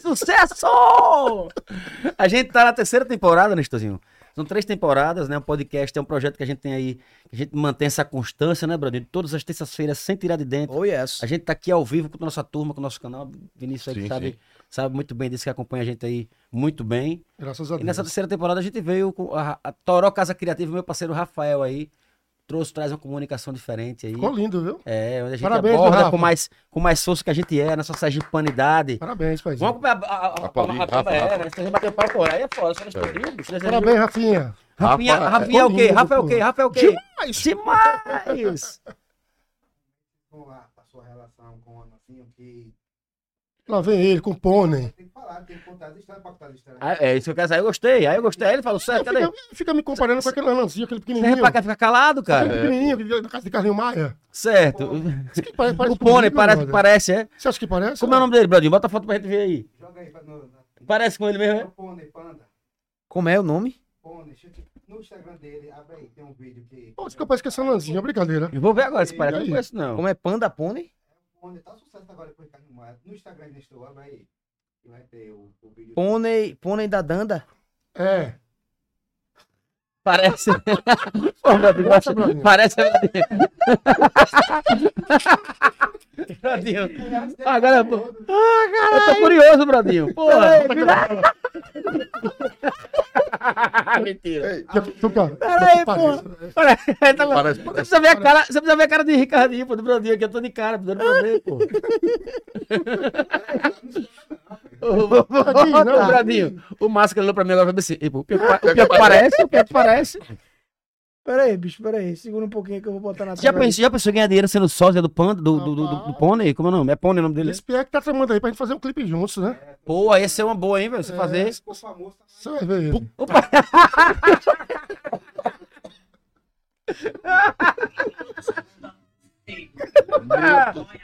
Speaker 1: sucesso! A gente tá na terceira temporada, Nestorzinho. São três temporadas, né? O podcast é um projeto que a gente tem aí, que a gente mantém essa constância, né, Brodinho? Todas as terças-feiras, sem tirar de dentro.
Speaker 2: Oh, yes.
Speaker 1: A gente tá aqui ao vivo com a nossa turma, com o nosso canal. Vinícius aí que
Speaker 3: Sim,
Speaker 1: sabe,
Speaker 3: sim.
Speaker 1: sabe muito bem disso, que acompanha a gente aí muito bem.
Speaker 4: Graças a
Speaker 1: E
Speaker 4: Deus.
Speaker 1: nessa terceira temporada a gente veio com a, a Toró Casa Criativa, meu parceiro Rafael aí, trouxe, traz uma comunicação diferente aí.
Speaker 4: Ficou lindo, viu?
Speaker 1: É, onde a gente
Speaker 4: Parabéns,
Speaker 1: aborda
Speaker 4: Rafa.
Speaker 1: com mais, com mais força que a gente é, nessa sergipanidade.
Speaker 4: Parabéns, paizinho.
Speaker 1: Vamos acompanhar a- a- a- a-
Speaker 3: Aplaudir,
Speaker 1: a- a-
Speaker 3: Rafa,
Speaker 1: é,
Speaker 3: Rafa.
Speaker 1: né? Se a gente bater o pau, pô, aí é foda, só nós podemos, bicho, nós é
Speaker 4: Parabéns, Rafinha.
Speaker 1: Rafinha,
Speaker 3: Rafa,
Speaker 1: Rafinha é o quê?
Speaker 4: lindo,
Speaker 1: Rafa é o quê?
Speaker 4: pô.
Speaker 1: Rafa é o quê?
Speaker 2: É
Speaker 1: Demais!
Speaker 5: Vamos lá, a sua relação com o Anacinho, que
Speaker 4: Lá vem ele com o pônei.
Speaker 5: tem que falar, tem que contar as histórias pra contar as histórias.
Speaker 1: Ah, é isso que eu quero saber. Aí eu gostei, aí eu gostei. Aí ele falou, certo, É, cadê?
Speaker 4: Fica, fica me comparando com É. aquele anãozinho, aquele
Speaker 1: Você é
Speaker 4: pequenininho.
Speaker 1: pra cá ficar calado, cara?
Speaker 4: Aquele pequenininho, que veio da casa de Carlinho Maia.
Speaker 1: Certo.
Speaker 4: Isso que pare- parece
Speaker 1: O pônei
Speaker 4: comigo,
Speaker 1: parece,
Speaker 4: brother.
Speaker 1: parece, é?
Speaker 4: Você acha que parece?
Speaker 1: Como é o nome dele, Bradinho? Bota a foto pra gente ver aí.
Speaker 5: Joga aí pra no, na,
Speaker 1: Parece com ele mesmo, é?
Speaker 5: no Pônei, Panda.
Speaker 2: Como é o nome?
Speaker 5: Pônei, chute- no Instagram dele, abre aí, tem um vídeo que.
Speaker 4: Pô, desculpa, esqueci o anãozinho. É brincadeira.
Speaker 1: Eu vou ver agora se parece.
Speaker 4: E
Speaker 1: Eu
Speaker 4: aí?
Speaker 1: não conheço, não.
Speaker 2: Como é Panda Pony?
Speaker 5: Pônei, tá sucesso agora depois de Carlinhos Maia. No Instagram dele, estou, abre aí. E vai ter o, o vídeo.
Speaker 2: Pônei, pônei da Danda.
Speaker 1: Ah.
Speaker 4: É.
Speaker 1: Parece. Pô, Bradinho,
Speaker 4: Nossa,
Speaker 1: acha-
Speaker 4: Bradinho.
Speaker 1: Parece. Bradinho. Bradinho.
Speaker 4: Ah,
Speaker 1: Agora, pô. Eu tô curioso, Bradinho. Porra. Mentira.
Speaker 4: Tu- Tuca,
Speaker 2: Peraí,
Speaker 4: parece.
Speaker 1: Parece- tá bom.
Speaker 3: Parece,
Speaker 1: Você
Speaker 3: parece.
Speaker 1: precisa, ver a cara, você precisa ver a cara de Ricardinho, pô, do Bradinho aqui. Eu tô de cara, pô, dando pra ver, pô. Ô, ô, ô,
Speaker 4: Bradinho, não,
Speaker 1: ô, Bradinho, o máscara olhou pra mim agora e falou assim: "Ei, pô, o pior que pa- o pior que parece, o pior que parece.
Speaker 2: Peraí, bicho, peraí. Segura um pouquinho que eu vou botar na
Speaker 1: Já pensou, já pensou em ganhar dinheiro sendo sósia do Panda, do, do, do, do, do Pônei? Como é o nome? É Pônei o nome dele?
Speaker 4: Esse PE que tá tramando aí pra gente fazer um clipe juntos, né?
Speaker 1: Pô, ia ser uma boa, hein, velho? Você fazer.
Speaker 5: O famoso tá
Speaker 4: Você vai ver. ele.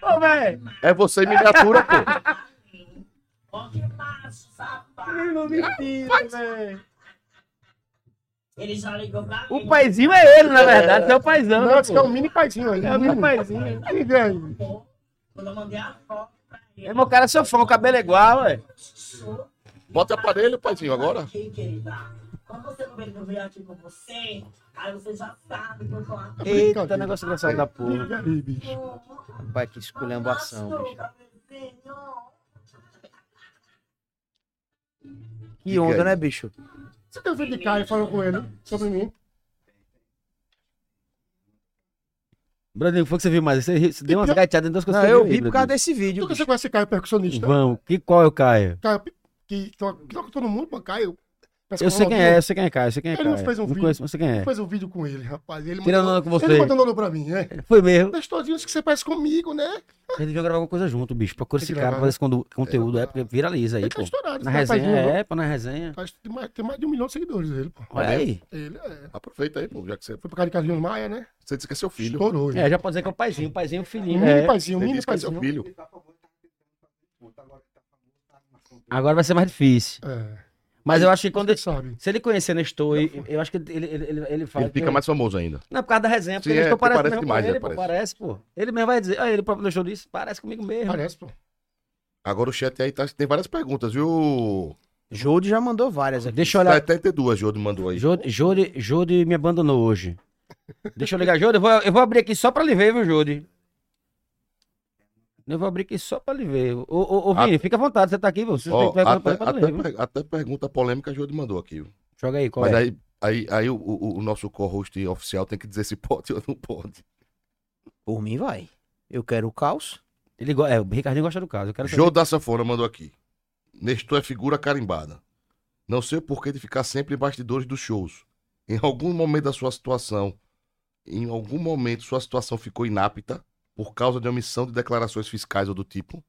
Speaker 1: Ô, velho!
Speaker 3: É você em miniatura, pô.
Speaker 4: é um
Speaker 1: O paizinho é ele, na verdade. Você é o paizão,
Speaker 4: Não,
Speaker 1: né,
Speaker 4: esse que é um
Speaker 1: pô?
Speaker 4: mini paizinho ali.
Speaker 1: É o mini paizinho. Meu irmão, o cara é seu fã, o cabelo é igual, velho.
Speaker 3: Bota o aparelho, paizinho, agora.
Speaker 7: aqui, querida. Quando você não vem que eu venho aqui com você, aí você já sabe que eu tô aqui.
Speaker 4: É
Speaker 1: Eita, né? negócio engraçado da porra.
Speaker 4: aí, bicho.
Speaker 2: Pai, que esculhambação, bicho. Que
Speaker 3: Diga
Speaker 2: onda,
Speaker 3: aí.
Speaker 2: né, bicho?
Speaker 4: Você tem o vídeo de Caio falando com ele sobre mim?
Speaker 1: Bradinho, foi que você viu mais? Você, riu- você deu umas
Speaker 4: pior-
Speaker 1: gateadas em duas coisas.
Speaker 2: Não,
Speaker 1: que você
Speaker 2: eu
Speaker 1: viu aí,
Speaker 2: vi por causa
Speaker 1: Bradinho.
Speaker 2: desse vídeo.
Speaker 4: Tu que
Speaker 2: bicho.
Speaker 4: você conhece Caio percussionista?
Speaker 1: Vamos, que qual é o Caio?
Speaker 4: Caio, que, to- que toca todo mundo, pô, Caio. Parece
Speaker 1: Eu
Speaker 4: que um o
Speaker 1: sei quem é,
Speaker 4: Ronaldinho
Speaker 1: eu sei quem é, Caio, eu sei quem é,
Speaker 4: Ele
Speaker 1: Caio.
Speaker 4: não fez um
Speaker 1: não
Speaker 4: vídeo.
Speaker 1: conheço, mas eu sei quem é.
Speaker 4: Fez um vídeo com ele, rapaz. Ele
Speaker 1: Tirando
Speaker 4: mandou-
Speaker 1: onda com você.
Speaker 4: Ele mandou nome pra mim, né?
Speaker 1: Foi mesmo.
Speaker 4: Nós todinhos que você parece comigo, né?
Speaker 1: Eles deviam gravar alguma coisa junto, bicho. Procura
Speaker 4: Tem
Speaker 1: esse
Speaker 4: que
Speaker 1: cara pra
Speaker 4: gravar. né?
Speaker 1: fazer esse condu- conteúdo, é, porque viraliza aí,
Speaker 4: Ele tá
Speaker 1: pô.
Speaker 4: estourado.
Speaker 1: Na
Speaker 4: esse rapazinho,
Speaker 1: resenha,
Speaker 4: viu?
Speaker 1: é, pô, na resenha.
Speaker 4: Faz- Tem mais, tem mais de um milhão de seguidores dele, pô.
Speaker 1: Olha aí.
Speaker 4: Ele é.
Speaker 3: Aproveita aí, pô, já que você,
Speaker 4: Foi por causa de Carlinhos Maia, né?
Speaker 3: você disse que é seu filho.
Speaker 4: Estourou. ele.
Speaker 1: É, já pode dizer que é o paizinho, o paizinho
Speaker 4: Um
Speaker 1: filhinho.
Speaker 4: mini
Speaker 1: É.
Speaker 4: paizinho, um
Speaker 3: Você
Speaker 4: mini
Speaker 3: disse que é seu
Speaker 4: paizinho.
Speaker 3: filho.
Speaker 5: tá famoso, tá tentando agora ele tá famoso, tá numa fronteira.
Speaker 1: Agora vai ser mais difícil.
Speaker 4: É.
Speaker 1: Mas eu acho que quando
Speaker 4: Você
Speaker 1: ele,
Speaker 4: sabe.
Speaker 1: se ele conhecer Nestor, eu, eu acho que ele, ele, ele, ele faz.
Speaker 3: Ele fica mais famoso ainda.
Speaker 1: Não é por causa da resenha, porque
Speaker 3: Sim,
Speaker 1: ele
Speaker 3: é,
Speaker 1: Nestor
Speaker 3: porque
Speaker 1: parece,
Speaker 3: parece
Speaker 1: mesmo
Speaker 3: demais,
Speaker 1: com
Speaker 3: né,
Speaker 1: ele, pô,
Speaker 3: parece.
Speaker 1: parece, pô. Ele mesmo vai dizer, ah, ele próprio Nestor disse, parece comigo mesmo.
Speaker 4: Parece, pô.
Speaker 3: Agora o chat aí tá, tem várias perguntas, viu?
Speaker 2: Jode já mandou várias aqui.
Speaker 1: Deixa eu olhar.
Speaker 3: Tá, 72, Jodo mandou aí.
Speaker 1: Jode, Jode, Jode me abandonou hoje. Deixa eu ligar, Jode. Eu vou, eu vou abrir aqui só pra lhe ver, viu, Jode? Eu vou abrir aqui só pra lhe ver. Ô, ô, ô Vini, fica à vontade, você tá aqui, viu? Se você
Speaker 3: Ó,
Speaker 1: tem que perguntar
Speaker 3: até,
Speaker 1: pra ele, pra lhe
Speaker 3: até
Speaker 1: ver, viu?
Speaker 3: per- até pergunta polêmica Jodo mandou aqui. viu?
Speaker 1: Joga aí, qual
Speaker 3: Mas
Speaker 1: é?
Speaker 3: aí, aí, aí o, o- o nosso co-host oficial tem que dizer se pode ou não pode.
Speaker 2: Por mim vai. Eu quero o caos.
Speaker 1: Ele go... É, o Ricardinho gosta do caso. Eu quero saber.
Speaker 3: Jô da Sanfona mandou aqui. Nestor é figura carimbada. Não sei o porquê de ficar sempre em bastidores dos shows. Em algum momento da sua situação, em algum momento sua situação ficou inapta por causa de omissão de declarações fiscais ou do tipo?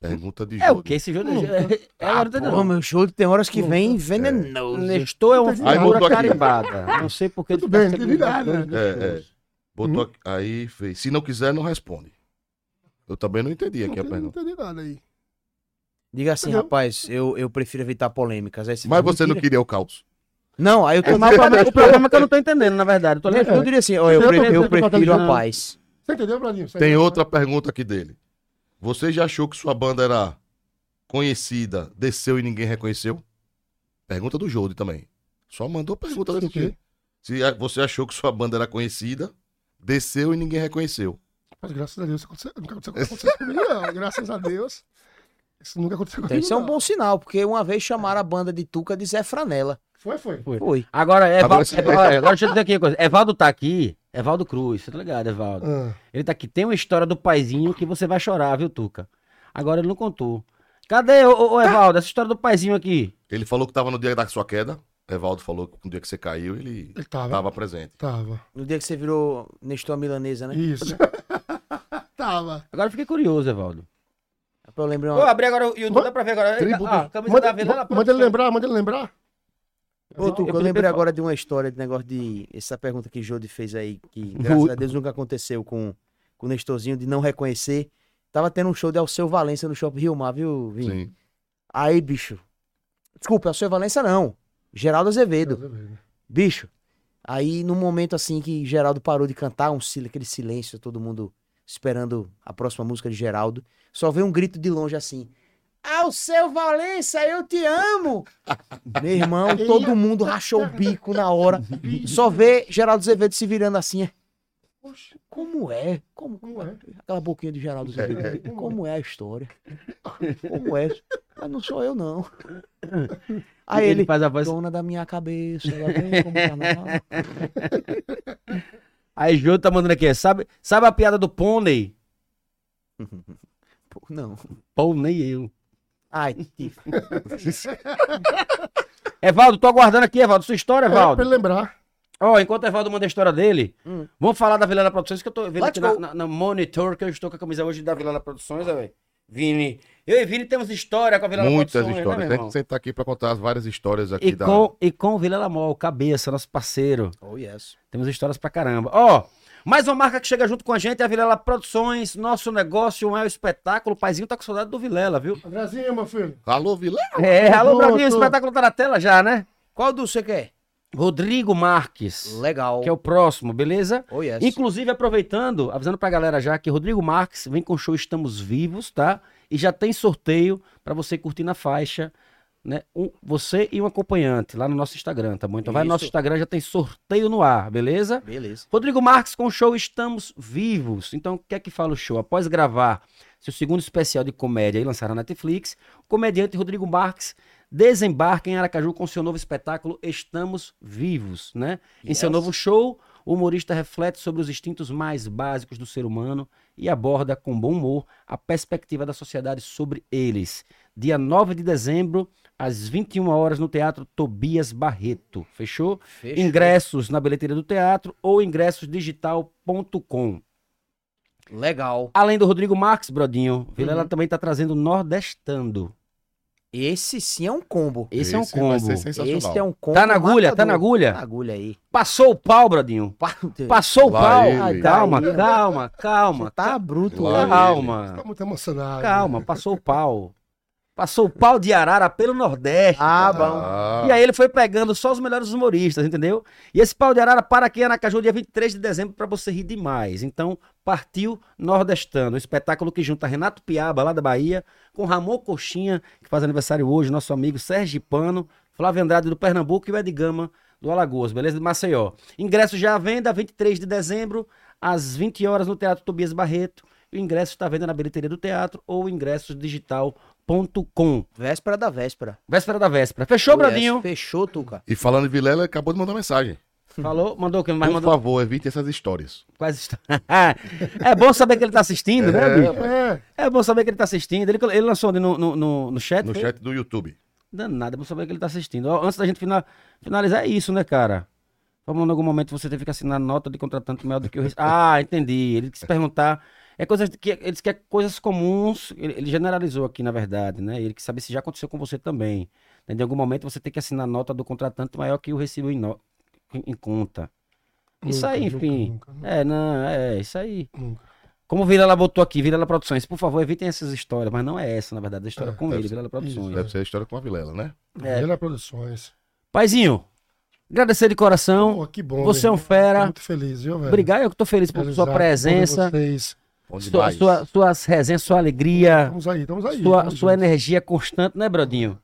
Speaker 3: Pergunta de Jô.
Speaker 1: É o que esse Jode?
Speaker 4: Nunca.
Speaker 1: É,
Speaker 3: Ah,
Speaker 1: agora tá
Speaker 2: Pô, meu Jode tem horas que vem venenoso.
Speaker 1: Nestor é uma
Speaker 4: Entendi
Speaker 3: Aí
Speaker 4: nada.
Speaker 3: botou
Speaker 1: figura
Speaker 3: aqui.
Speaker 1: carimbada. Não sei porque
Speaker 4: Tudo
Speaker 1: tá
Speaker 4: bem,
Speaker 1: sempre
Speaker 4: não entendi nada. né?
Speaker 1: dois, dois,
Speaker 3: É,
Speaker 1: dois.
Speaker 3: Botou aqui- aí, fez. Se não quiser, não responde. Eu também não entendi aqui a
Speaker 4: Não tem- não
Speaker 3: pergunta.
Speaker 4: entendi nada aí.
Speaker 2: Diga assim,
Speaker 4: Entendeu?
Speaker 2: rapaz, eu, eu prefiro evitar polêmicas. Aí
Speaker 3: Mas
Speaker 2: fala,
Speaker 3: você não
Speaker 2: "Mentira".
Speaker 3: queria o caos.
Speaker 2: Não, aí eu tô
Speaker 1: Mas o problema- o problema é que eu não tô entendendo, na verdade. Eu tô
Speaker 3: É.
Speaker 1: lendo
Speaker 2: Eu diria assim, ó, eu,
Speaker 4: Entendeu?
Speaker 2: pre- eu
Speaker 4: Entendeu?
Speaker 2: prefiro a
Speaker 4: Não.
Speaker 2: paz.
Speaker 4: Você entendeu, Bradinho? Você
Speaker 3: Tem
Speaker 1: é.
Speaker 4: entendeu?
Speaker 3: outra pergunta aqui dele. Você já achou que sua banda era conhecida, desceu e ninguém reconheceu? Pergunta do Jode também. Só mandou pergunta
Speaker 4: Se- se
Speaker 3: desse
Speaker 4: o quê?
Speaker 3: jeito. Se a- você achou que sua banda era conhecida, desceu e ninguém reconheceu.
Speaker 4: Mas graças a Deus isso aconteceu- nunca aconteceu, aconteceu comigo, não. Graças a Deus. Isso nunca aconteceu
Speaker 2: Então
Speaker 4: comigo.
Speaker 2: isso é um
Speaker 4: não.
Speaker 2: bom sinal, porque uma vez chamaram a banda de Tuca de Zé Franela.
Speaker 4: Foi, foi.
Speaker 2: Foi.
Speaker 1: Agora, é
Speaker 3: Agora
Speaker 1: Evaldo,
Speaker 3: você-
Speaker 1: é, olha, agora deixa eu dizer aqui uma coisa. Evaldo tá aqui, Evaldo Cruz, você tá ligado, Evaldo?
Speaker 4: Ah,
Speaker 1: Ele tá aqui. Tem uma história do paizinho que você vai chorar, viu, Tuca? Agora ele não contou. Cadê, ô,
Speaker 4: Tá.
Speaker 1: ô, ô, Evaldo, essa história do paizinho aqui?
Speaker 3: Ele falou que tava no dia da sua queda. Evaldo falou que no dia que você caiu, ele
Speaker 4: ele tava.
Speaker 3: estava presente.
Speaker 4: Tava.
Speaker 2: No dia que você virou Nestor Milanesa, né?
Speaker 4: Isso. tava.
Speaker 1: Agora eu fiquei curioso, Evaldo.
Speaker 2: Eu lembrei
Speaker 1: Vou
Speaker 2: uma...
Speaker 1: abrir agora o YouTube,
Speaker 4: Ma-
Speaker 1: dá pra ver agora.
Speaker 3: Tribo
Speaker 1: ah, a
Speaker 3: do-
Speaker 1: camisa da
Speaker 4: Manda,
Speaker 1: Vila lá né?
Speaker 4: ma- manda ele lembrar, manda ele lembrar.
Speaker 2: Ô, Tuca, eu
Speaker 1: eu
Speaker 2: lembrei
Speaker 1: falei-
Speaker 2: agora de uma história de negócio de... Essa pergunta que o Jode fez aí, que
Speaker 1: Vou-
Speaker 2: graças a Deus nunca aconteceu com, com o Nestorzinho, de não reconhecer. Tava tendo um show de Alceu Valença no Shopping Rio Mar, viu, Vini?
Speaker 3: Sim.
Speaker 2: Aí, bicho. Desculpa, Alceu Valença não. Geraldo Azevedo. Bicho, aí no momento assim que Geraldo parou de cantar, um sil- aquele silêncio, todo mundo esperando a próxima música de Geraldo, só veio um grito de longe assim: Ao seu Valença, eu te amo! Meu irmão, todo mundo rachou o bico na hora. Só vê Geraldo Azevedo se virando assim. é, "Oxe, Como é? Como,
Speaker 4: Como é?
Speaker 2: Aquela boquinha de Geraldo Azevedo. Como é a história? Como é? Mas não sou eu, não. Aí ele,
Speaker 1: faz a voz.
Speaker 2: dona da minha cabeça, ela vem como carnaval.
Speaker 1: Aí Jô tá mandando aqui, sabe, sabe a piada do pônei?
Speaker 2: Pô, não.
Speaker 1: Pônei eu.
Speaker 2: Ai, te-
Speaker 1: Evaldo, tô aguardando aqui, Evaldo, sua história,
Speaker 4: É, pra
Speaker 1: Evaldo.
Speaker 4: ele lembrar.
Speaker 1: Ó, enquanto o Evaldo manda a história dele,
Speaker 2: Hum.
Speaker 1: vamos falar da Vilana Produções, que eu tô vendo
Speaker 2: Let's
Speaker 1: aqui na,
Speaker 2: go.
Speaker 1: na- no monitor que eu estou com a camisa hoje da Vilana Produções, ó, velho. Vini. Eu e Vini temos história com a Vilana
Speaker 3: Muitas
Speaker 1: Produções,
Speaker 3: histórias.
Speaker 1: né,
Speaker 3: Tem
Speaker 1: meu
Speaker 3: que sentar aqui para contar as várias histórias aqui
Speaker 1: irmão? E
Speaker 3: da.
Speaker 1: com, e com o Vilela Mol, cabeça, nosso parceiro.
Speaker 2: Oh, yes.
Speaker 1: Temos histórias pra caramba. Ó, mais uma marca que chega junto com a gente é a Vilela Produções. Nosso negócio é o espetáculo. O paizinho tá com saudade do Vilela, viu?
Speaker 4: Andrezinho, meu filho.
Speaker 3: Alô, Vilé?
Speaker 1: É, alô,
Speaker 4: Tô,
Speaker 1: Brasil, o
Speaker 4: tô.
Speaker 1: espetáculo tá na tela já, né?
Speaker 2: Qual do você quer?
Speaker 1: Rodrigo Marques,
Speaker 2: Legal.
Speaker 1: que é o próximo, beleza?
Speaker 2: Oh, yes.
Speaker 1: Inclusive, aproveitando, avisando pra galera já que Rodrigo Marques vem com o show Estamos Vivos, tá? E já tem sorteio pra você curtir na faixa, né? Um- você e um acompanhante lá no nosso Instagram, tá bom? Então vai no nosso
Speaker 2: Isso.
Speaker 1: Instagram, já tem sorteio no ar, beleza?
Speaker 2: Beleza.
Speaker 1: Rodrigo Marques com o show Estamos Vivos. Então, o que é que fala o show? Após gravar seu segundo especial de comédia e lançar na Netflix, o comediante Rodrigo Marques desembarca em Aracaju com seu novo espetáculo Estamos Vivos, né? Em seu
Speaker 2: Yes.
Speaker 1: novo show, O humorista reflete sobre os instintos mais básicos do ser humano e aborda com bom humor a perspectiva da sociedade sobre eles. Dia 9 de dezembro, às 21 horas, no Teatro Tobias Barreto. Fechou?
Speaker 2: Fechou.
Speaker 1: Ingressos na bilheteria do teatro ou ingressosdigital.com.
Speaker 2: Legal.
Speaker 1: Além do Rodrigo Marques, Brodinho,
Speaker 2: Uhum.
Speaker 1: Vilela também está trazendo Nordestando.
Speaker 2: Esse sim é um combo.
Speaker 1: Esse, é um
Speaker 3: Vai
Speaker 1: combo.
Speaker 3: ser sensacional.
Speaker 2: Esse é um combo.
Speaker 1: Tá na agulha? Tá
Speaker 2: matador.
Speaker 1: na
Speaker 2: Tá na
Speaker 1: agulha?
Speaker 2: agulha aí.
Speaker 1: Passou o pau, Brodinho.
Speaker 2: Pá, meu Deus.
Speaker 1: Passou o
Speaker 3: Lá
Speaker 1: pau.
Speaker 3: ele.
Speaker 1: Ai, Calma, calma,
Speaker 2: Já
Speaker 1: calma.
Speaker 2: tá bruto.
Speaker 3: Lá
Speaker 2: né?
Speaker 1: Calma.
Speaker 4: Tá muito emocionado.
Speaker 1: Calma, passou o pau. Passou o pau de Arara pelo Nordeste.
Speaker 2: Ah, bom.
Speaker 3: Ah,
Speaker 1: E aí ele foi pegando só os melhores humoristas, entendeu? E esse pau de Arara para aqui em Aracaju, dia 23 de dezembro, pra você rir demais. Então, partiu Nordestando, um espetáculo que junta Renato Piaba, lá da Bahia, com Ramon Coxinha, que faz aniversário hoje, nosso amigo Sérgio Pano, Flávio Andrade do Pernambuco e o Ed Gama do Alagoas, beleza? De Maceió. Ingresso já à venda, 23 de dezembro, às 20 horas, no Teatro Tobias Barreto. E O ingresso está à venda na bilheteria do teatro ou ingressosdigital.com.
Speaker 2: Véspera da véspera. Oh,
Speaker 1: Véspera da véspera. Fechou,
Speaker 2: Yes,
Speaker 1: Bradinho?
Speaker 2: Fechou, Tuca.
Speaker 3: E falando em Vilela, acabou de mandar mensagem.
Speaker 1: Falou, mandou o que? Mas
Speaker 3: Por
Speaker 1: mandou
Speaker 3: favor, evite essas histórias.
Speaker 1: quase. está- é bom saber que ele tá assistindo, né, bicho?
Speaker 4: É,
Speaker 1: É bom saber que ele tá assistindo. Ele, ele lançou ali no, no, no, no chat.
Speaker 3: No
Speaker 1: foi?
Speaker 3: chat do YouTube.
Speaker 1: Danado, é bom saber que ele tá assistindo. Ó, Antes da gente fina- finalizar, é isso, né, cara? Vamos, em algum momento você teve que assinar nota de contratante maior do que o. rest- Ah, entendi. Ele quis perguntar. É coisas que ele disse que é coisas comuns. Ele, ele generalizou aqui, na verdade, né? Ele quer saber se já aconteceu com você também. né? Em algum momento você tem que assinar nota do contratante maior que o recibo em, no- em- em conta. Isso aí,
Speaker 4: nunca,
Speaker 1: enfim.
Speaker 4: nunca, nunca,
Speaker 1: É, não, é isso aí.
Speaker 3: Hum.
Speaker 4: nunca.
Speaker 1: Como Virela botou aqui, Virela Produções, por favor, evitem essas histórias, mas não é essa, na verdade, é a história
Speaker 4: É,
Speaker 1: com
Speaker 3: deve
Speaker 1: ele,
Speaker 3: ser-
Speaker 1: Virela Produções.
Speaker 3: Deve ser a história com a Vilela, né?
Speaker 1: É.
Speaker 4: Vilela Produções.
Speaker 1: Paizinho, agradecer de coração.
Speaker 4: Pô, que bom.
Speaker 1: Você é
Speaker 4: velho.
Speaker 1: um fera.
Speaker 4: Tô Muito feliz, viu, velho?
Speaker 1: Obrigado, eu que tô feliz por
Speaker 4: Realizado,
Speaker 1: sua
Speaker 4: todos
Speaker 1: presença,
Speaker 4: Vocês.
Speaker 3: é. Bom
Speaker 1: sua,
Speaker 3: demais.
Speaker 1: sua- suas resenhas, sua alegria,
Speaker 4: Estamos aí, estamos aí.
Speaker 1: sua,
Speaker 4: tamo
Speaker 1: sua
Speaker 4: junto.
Speaker 1: energia constante, né, Brodinho?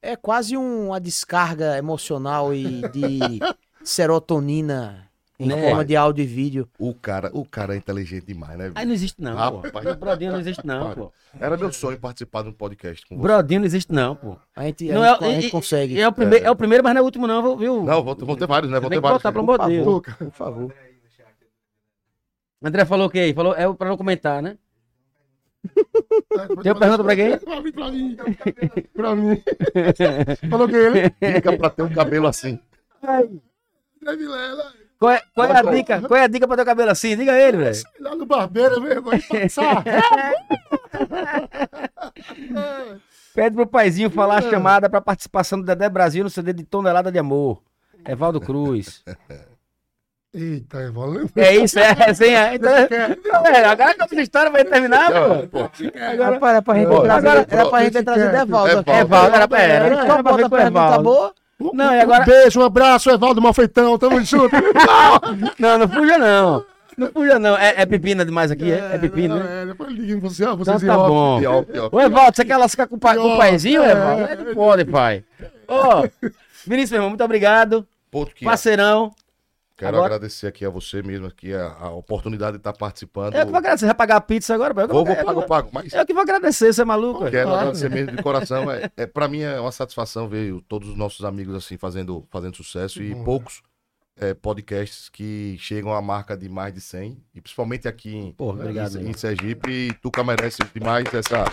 Speaker 2: É quase uma descarga emocional e de serotonina em
Speaker 1: Né?
Speaker 2: forma de áudio e vídeo.
Speaker 3: O cara, o cara é inteligente demais, né?
Speaker 1: Aí não existe não,
Speaker 3: Rapaz.
Speaker 1: pô. O Brodinho não existe não,
Speaker 3: Rapaz.
Speaker 1: pô.
Speaker 3: Era meu sonho participar de um podcast com você.
Speaker 1: Brodinho não existe não, pô.
Speaker 2: A gente, a
Speaker 1: Não
Speaker 2: gente-
Speaker 1: é-
Speaker 2: a gente
Speaker 1: e- e-
Speaker 2: consegue.
Speaker 1: E É o, primeiro, é o primeiro, mas não é o último não, viu?
Speaker 3: Não, vou, vão ter vários, né?
Speaker 1: Você
Speaker 3: Vão
Speaker 1: tem
Speaker 3: ter
Speaker 1: que
Speaker 3: vários.
Speaker 1: botar, pelo amor de Deus.
Speaker 2: Tuca, por favor.
Speaker 1: André falou o quê aí? Falou, é pra não comentar, né?
Speaker 4: Ah, pode
Speaker 1: Tem uma pergunta pra quem?
Speaker 4: mandar pra mim. Pra mim. Falou que ele.
Speaker 3: Fica pra ter um cabelo assim.
Speaker 4: André Vilela.
Speaker 1: Qual é, qual é a dica? Qual é a dica pra ter o cabelo assim? Diga ele, velho.
Speaker 4: Lá no barbeiro, velho. Vai passar.
Speaker 1: Pede pro paizinho falar a chamada pra participação do Dedé Brasil no CD de Tonelada de Amor. Evaldo Cruz.
Speaker 4: Eita, eu vou lembrar.
Speaker 1: É isso, é a resenha. Então, é, agora que a minha história vai terminar,
Speaker 3: Ó,
Speaker 1: pô.
Speaker 3: pô,
Speaker 2: Agora, para, é pra gente
Speaker 3: Olha,
Speaker 2: trazer,
Speaker 3: agora-
Speaker 2: era pra gente ter trazido Devaldo. né? É
Speaker 3: Evaldo.
Speaker 2: aqui.
Speaker 1: Evaldo, era pra era.
Speaker 2: Ele só
Speaker 1: Era pra
Speaker 2: bota
Speaker 1: ver com o
Speaker 2: pergunta
Speaker 1: Evaldo.
Speaker 2: boa.
Speaker 1: Não, e agora.
Speaker 4: Um beijo, um abraço, Evaldo Malfeitão. Tamo junto.
Speaker 1: Não, não fuja, não. Não fuja, não. É, é pepina demais aqui, é, é pepina, né?
Speaker 4: É, depois liga em você, ó,
Speaker 1: Então
Speaker 4: vocês
Speaker 1: tá
Speaker 4: em off.
Speaker 1: bom.
Speaker 3: pior, pior.
Speaker 1: Ô, Evaldo, você quer lascar com, o pa- com o paizinho,
Speaker 4: É.
Speaker 1: Evaldo? É, não pode, pai. Ô, Vinícius, meu irmão, muito obrigado.
Speaker 3: Ponto que
Speaker 1: Parceirão.
Speaker 3: Quero
Speaker 1: agora-
Speaker 3: agradecer aqui a você mesmo, aqui a, a oportunidade de estar participando.
Speaker 1: Eu que vou agradecer. Vai pagar a pizza agora, pai? Eu que
Speaker 3: Vou,
Speaker 1: vou,
Speaker 3: vou,
Speaker 1: eu
Speaker 3: pago,
Speaker 1: que-
Speaker 3: pago. Mas
Speaker 1: eu que vou agradecer, você é maluco?
Speaker 3: quero
Speaker 4: claro.
Speaker 3: agradecer mesmo de coração. É, é, para mim é uma satisfação ver o- todos os nossos amigos assim fazendo, fazendo sucesso e
Speaker 4: bom.
Speaker 3: poucos é, podcasts que chegam à marca de mais de 100. E principalmente aqui em,
Speaker 1: Porra, obrigado,
Speaker 3: em,
Speaker 1: meu.
Speaker 3: em Sergipe. E Tuca merece demais essa,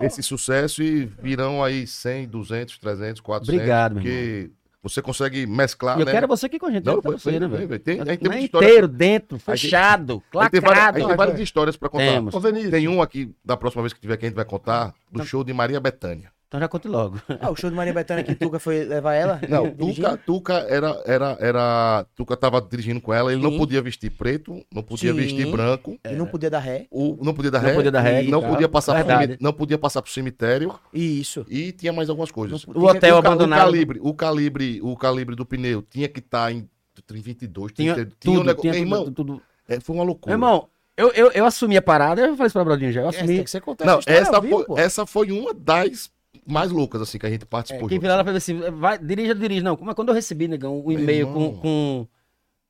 Speaker 3: esse sucesso e virão aí 100, 200, 300, 400.
Speaker 1: Obrigado, meu
Speaker 3: Porque você consegue mesclar,
Speaker 1: E eu
Speaker 3: né?
Speaker 1: quero você aqui com a gente.
Speaker 3: Não,
Speaker 1: eu quero
Speaker 3: foi-
Speaker 1: você,
Speaker 3: foi-
Speaker 1: né,
Speaker 3: foi-
Speaker 1: velho?
Speaker 3: foi- tem- aí tem
Speaker 1: Não é
Speaker 3: muita história-
Speaker 1: inteiro, dentro,
Speaker 3: Aí tem-
Speaker 1: fechado,
Speaker 3: Aí tem, várias, aí
Speaker 1: lacrado.
Speaker 3: tem várias histórias para contar.
Speaker 1: Temos.
Speaker 4: Ô, Vinícius.
Speaker 3: Tem um aqui, da próxima vez que tiver que a gente vai contar, do show de Maria Bethânia.
Speaker 1: Então já conte logo.
Speaker 2: Ah, o show de Maria Bethânia que Tuca foi levar ela?
Speaker 3: Não,
Speaker 2: Dirigindo?
Speaker 3: Tuca, Tuca era, era, era. Tuca tava dirigindo com ela, ele
Speaker 2: Sim.
Speaker 3: não podia vestir preto, não podia
Speaker 2: Sim.
Speaker 3: vestir branco,
Speaker 2: E não podia dar ré.
Speaker 3: o, não podia dar
Speaker 1: Não
Speaker 3: ré,
Speaker 1: podia dar ré
Speaker 3: e
Speaker 1: e
Speaker 3: não,
Speaker 1: tal.
Speaker 3: podia passar pro
Speaker 1: Verdade.
Speaker 3: cemi- não podia passar pro cemitério
Speaker 2: E isso.
Speaker 3: e tinha mais algumas coisas.
Speaker 1: O hotel
Speaker 3: o, ca- o
Speaker 1: abandonado.
Speaker 3: calibre, o calibre, o calibre do pneu tinha que estar em 22,
Speaker 1: Tinha
Speaker 3: 30, tinha, um
Speaker 1: tudo,
Speaker 3: negócio-
Speaker 1: tinha
Speaker 3: Meu
Speaker 1: tudo,
Speaker 3: irmão,
Speaker 1: tudo, tudo.
Speaker 3: é, foi uma loucura.
Speaker 1: Meu irmão, eu, eu, eu assumi a parada, eu falei isso pra Brodinho já, eu
Speaker 2: Essa tem
Speaker 1: assumi.
Speaker 2: que ser contada.
Speaker 3: não,
Speaker 1: é
Speaker 2: história
Speaker 3: essa,
Speaker 2: ao vivo,
Speaker 3: foi,
Speaker 2: pô.
Speaker 3: essa foi uma das mais loucas assim que a gente participou.
Speaker 1: É, Quem
Speaker 3: junto.
Speaker 1: virar ela falou assim, vai, dirija, dirige. Não, mas quando eu recebi, negão, um o
Speaker 3: Meu
Speaker 1: e-mail
Speaker 3: irmão.
Speaker 1: com, com,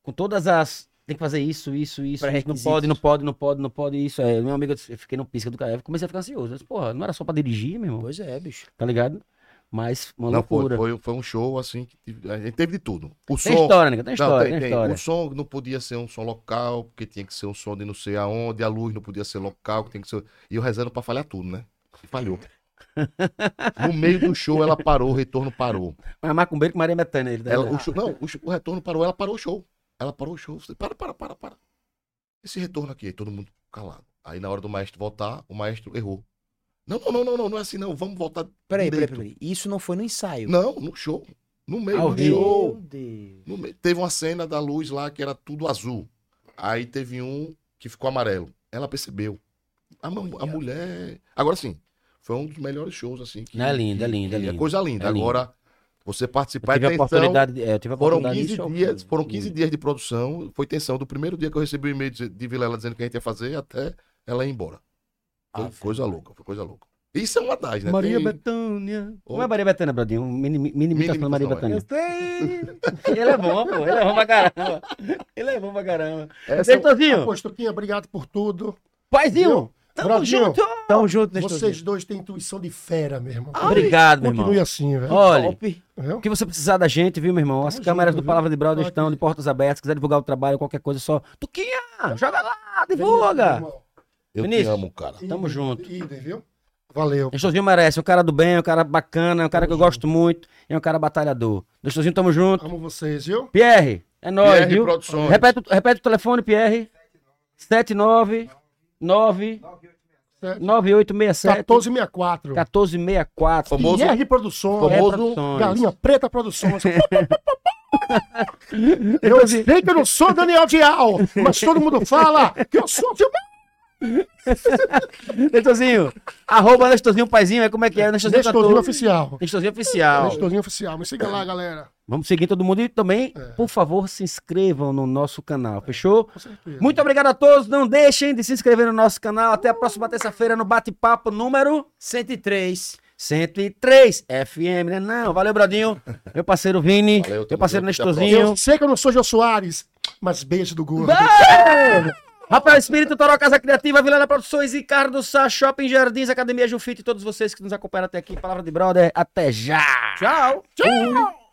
Speaker 1: com todas as... Tem que fazer isso, isso, isso. isso, Não
Speaker 2: Pré-requisitos.
Speaker 1: pode, não pode, não pode, não pode, isso. É, meu amigo, eu fiquei no pisca do cara. Eu comecei a ficar ansioso. Eu disse, porra, não era só pra dirigir, meu irmão?
Speaker 2: Pois é, bicho.
Speaker 1: tá ligado? Mas uma
Speaker 3: não, foi,
Speaker 1: loucura.
Speaker 3: foi, foi um show assim que tive- a gente teve de tudo. O
Speaker 1: Tem
Speaker 3: som.
Speaker 1: história, nega, tem
Speaker 3: Não,
Speaker 1: história, tem,
Speaker 3: tem, tem.
Speaker 1: história.
Speaker 3: O som não podia ser um som local, porque tinha que ser um som de não sei aonde, a luz não podia ser local, que tem que ser. E eu rezando pra falhar tudo, né? E falhou. No meio do show ela parou, o retorno parou.
Speaker 1: Mas macumbeiro com Maria Bethânia. Ele,
Speaker 3: Ela, o show- não, o, show- o retorno parou, ela parou o show. Ela parou o show. Eu falei, para, para, para, para. Esse retorno aqui, aí todo mundo calado. Aí na hora do maestro voltar, o maestro errou. Não, não, não, não, não, não é assim não. Vamos voltar.
Speaker 2: Peraí, peraí,
Speaker 3: direito.
Speaker 2: peraí. Isso não foi no ensaio.
Speaker 3: Não, no show. No meio
Speaker 1: Ao
Speaker 3: do
Speaker 1: vivo.
Speaker 3: show.
Speaker 2: Meu Deus.
Speaker 3: No meio- Teve uma cena da luz lá que era tudo azul. Aí teve um que ficou amarelo. Ela percebeu. A, mu- a mulher. Agora sim, foi um dos melhores shows, assim. Que,
Speaker 1: Não, é lindo, é
Speaker 3: que-
Speaker 1: lindo, é
Speaker 3: que
Speaker 1: lindo.
Speaker 3: Coisa linda.
Speaker 1: É lindo.
Speaker 3: Agora, você
Speaker 1: Eu
Speaker 3: participar
Speaker 1: tive a
Speaker 3: é tensão.
Speaker 1: oportunidade. de- é, eu tive a
Speaker 3: Foram
Speaker 1: oportunidade
Speaker 3: 15
Speaker 1: de-
Speaker 3: dias, foram 15
Speaker 1: Lindo.
Speaker 3: dias de produção. Foi tensão. Do primeiro dia que eu recebi o e-mail de de Vilela dizendo que a gente ia fazer, até ela ir embora.
Speaker 1: Ah,
Speaker 3: Foi coisa louca, foi coisa louca. Isso é uma das, né?
Speaker 1: Maria
Speaker 3: Tem-
Speaker 1: Bethânia. Como é
Speaker 3: Outra.
Speaker 1: Maria Bethânia, Brodinho? Um Mini, mini, mini imitação da Maria
Speaker 3: imitação,
Speaker 1: Bethânia.
Speaker 3: é.
Speaker 2: sei.
Speaker 1: Ele é bom, pô. Ele é bom pra caramba. Ele é bom pra caramba.
Speaker 3: Essa é
Speaker 1: Nestorzinho,
Speaker 4: Pois, Toquinha, obrigado por tudo.
Speaker 1: paizinho, tamo
Speaker 4: Brodinho,
Speaker 1: junto.
Speaker 2: Tamo junto, Nestorzinho.
Speaker 4: Vocês dois têm intuição de fera, meu irmão.
Speaker 1: Obrigado, meu
Speaker 4: Continue
Speaker 1: irmão.
Speaker 4: assim, velho.
Speaker 1: Olha,
Speaker 2: Top.
Speaker 4: Viu?
Speaker 1: o que você precisar da gente, viu, meu irmão? As
Speaker 4: Tamo
Speaker 1: câmeras
Speaker 4: junto,
Speaker 1: do
Speaker 4: viu?
Speaker 1: Palavra de Brother
Speaker 4: Tô
Speaker 1: estão de
Speaker 4: aqui.
Speaker 1: portas abertas. Quiser divulgar o trabalho, qualquer coisa, é só. Tuquinha, joga lá, divulga.
Speaker 4: Tá. Meu irmão,
Speaker 3: Eu te
Speaker 1: Vinícius.
Speaker 3: amo, cara.
Speaker 1: Tamo junto.
Speaker 4: Idem, viu? Valeu.
Speaker 1: Nestorzinho merece, é um cara do bem, é um cara bacana, é um cara que eu gosto muito, é um cara batalhador. Nestorzinho, tamo junto.
Speaker 4: Amo vocês, viu?
Speaker 1: Pierre, é nóis,
Speaker 3: PR
Speaker 1: viu?
Speaker 3: Produções.
Speaker 1: Repete, o- repete o telefone, Pierre. 799 9867
Speaker 4: 1464.
Speaker 1: 1464.
Speaker 3: Famoso-
Speaker 4: IR Produções.
Speaker 1: É,
Speaker 3: Famoso
Speaker 1: produções.
Speaker 4: Galinha Preta Produções. eu sei que eu não sou Daniel Dial, mas todo mundo fala que eu sou filme.
Speaker 1: Nestorzinho, arroba Nestorzinho Paizinho, é como é que é? Nestorzinho
Speaker 4: Nestorzinho
Speaker 1: Cantor.
Speaker 4: Oficial.
Speaker 1: Nestorzinho Oficial.
Speaker 4: Nestorzinho Oficial. Me siga lá, galera.
Speaker 1: Vamos seguir todo mundo e também, por favor, se inscrevam no nosso canal, fechou?
Speaker 4: É.
Speaker 1: Muito obrigado a todos, não deixem de se inscrever no nosso canal. Até a próxima terça-feira no Bate-Papo número
Speaker 2: 103.
Speaker 1: 103 FM, né? Não, valeu, Bradinho. Meu parceiro Vini,
Speaker 3: Valeu, tamo
Speaker 1: meu parceiro
Speaker 3: junto, até a
Speaker 1: Nestorzinho.
Speaker 4: Eu sei que eu não sou Jô Soares, mas beijo do gordo.
Speaker 1: Rafael Espírito, Toró Casa Criativa, Vilana Produções, Ricardo Sá, Shopping Jardins, Academia Jufite e todos vocês que nos acompanharam até aqui. Palavra de brother, até já!
Speaker 2: Tchau. Tchau.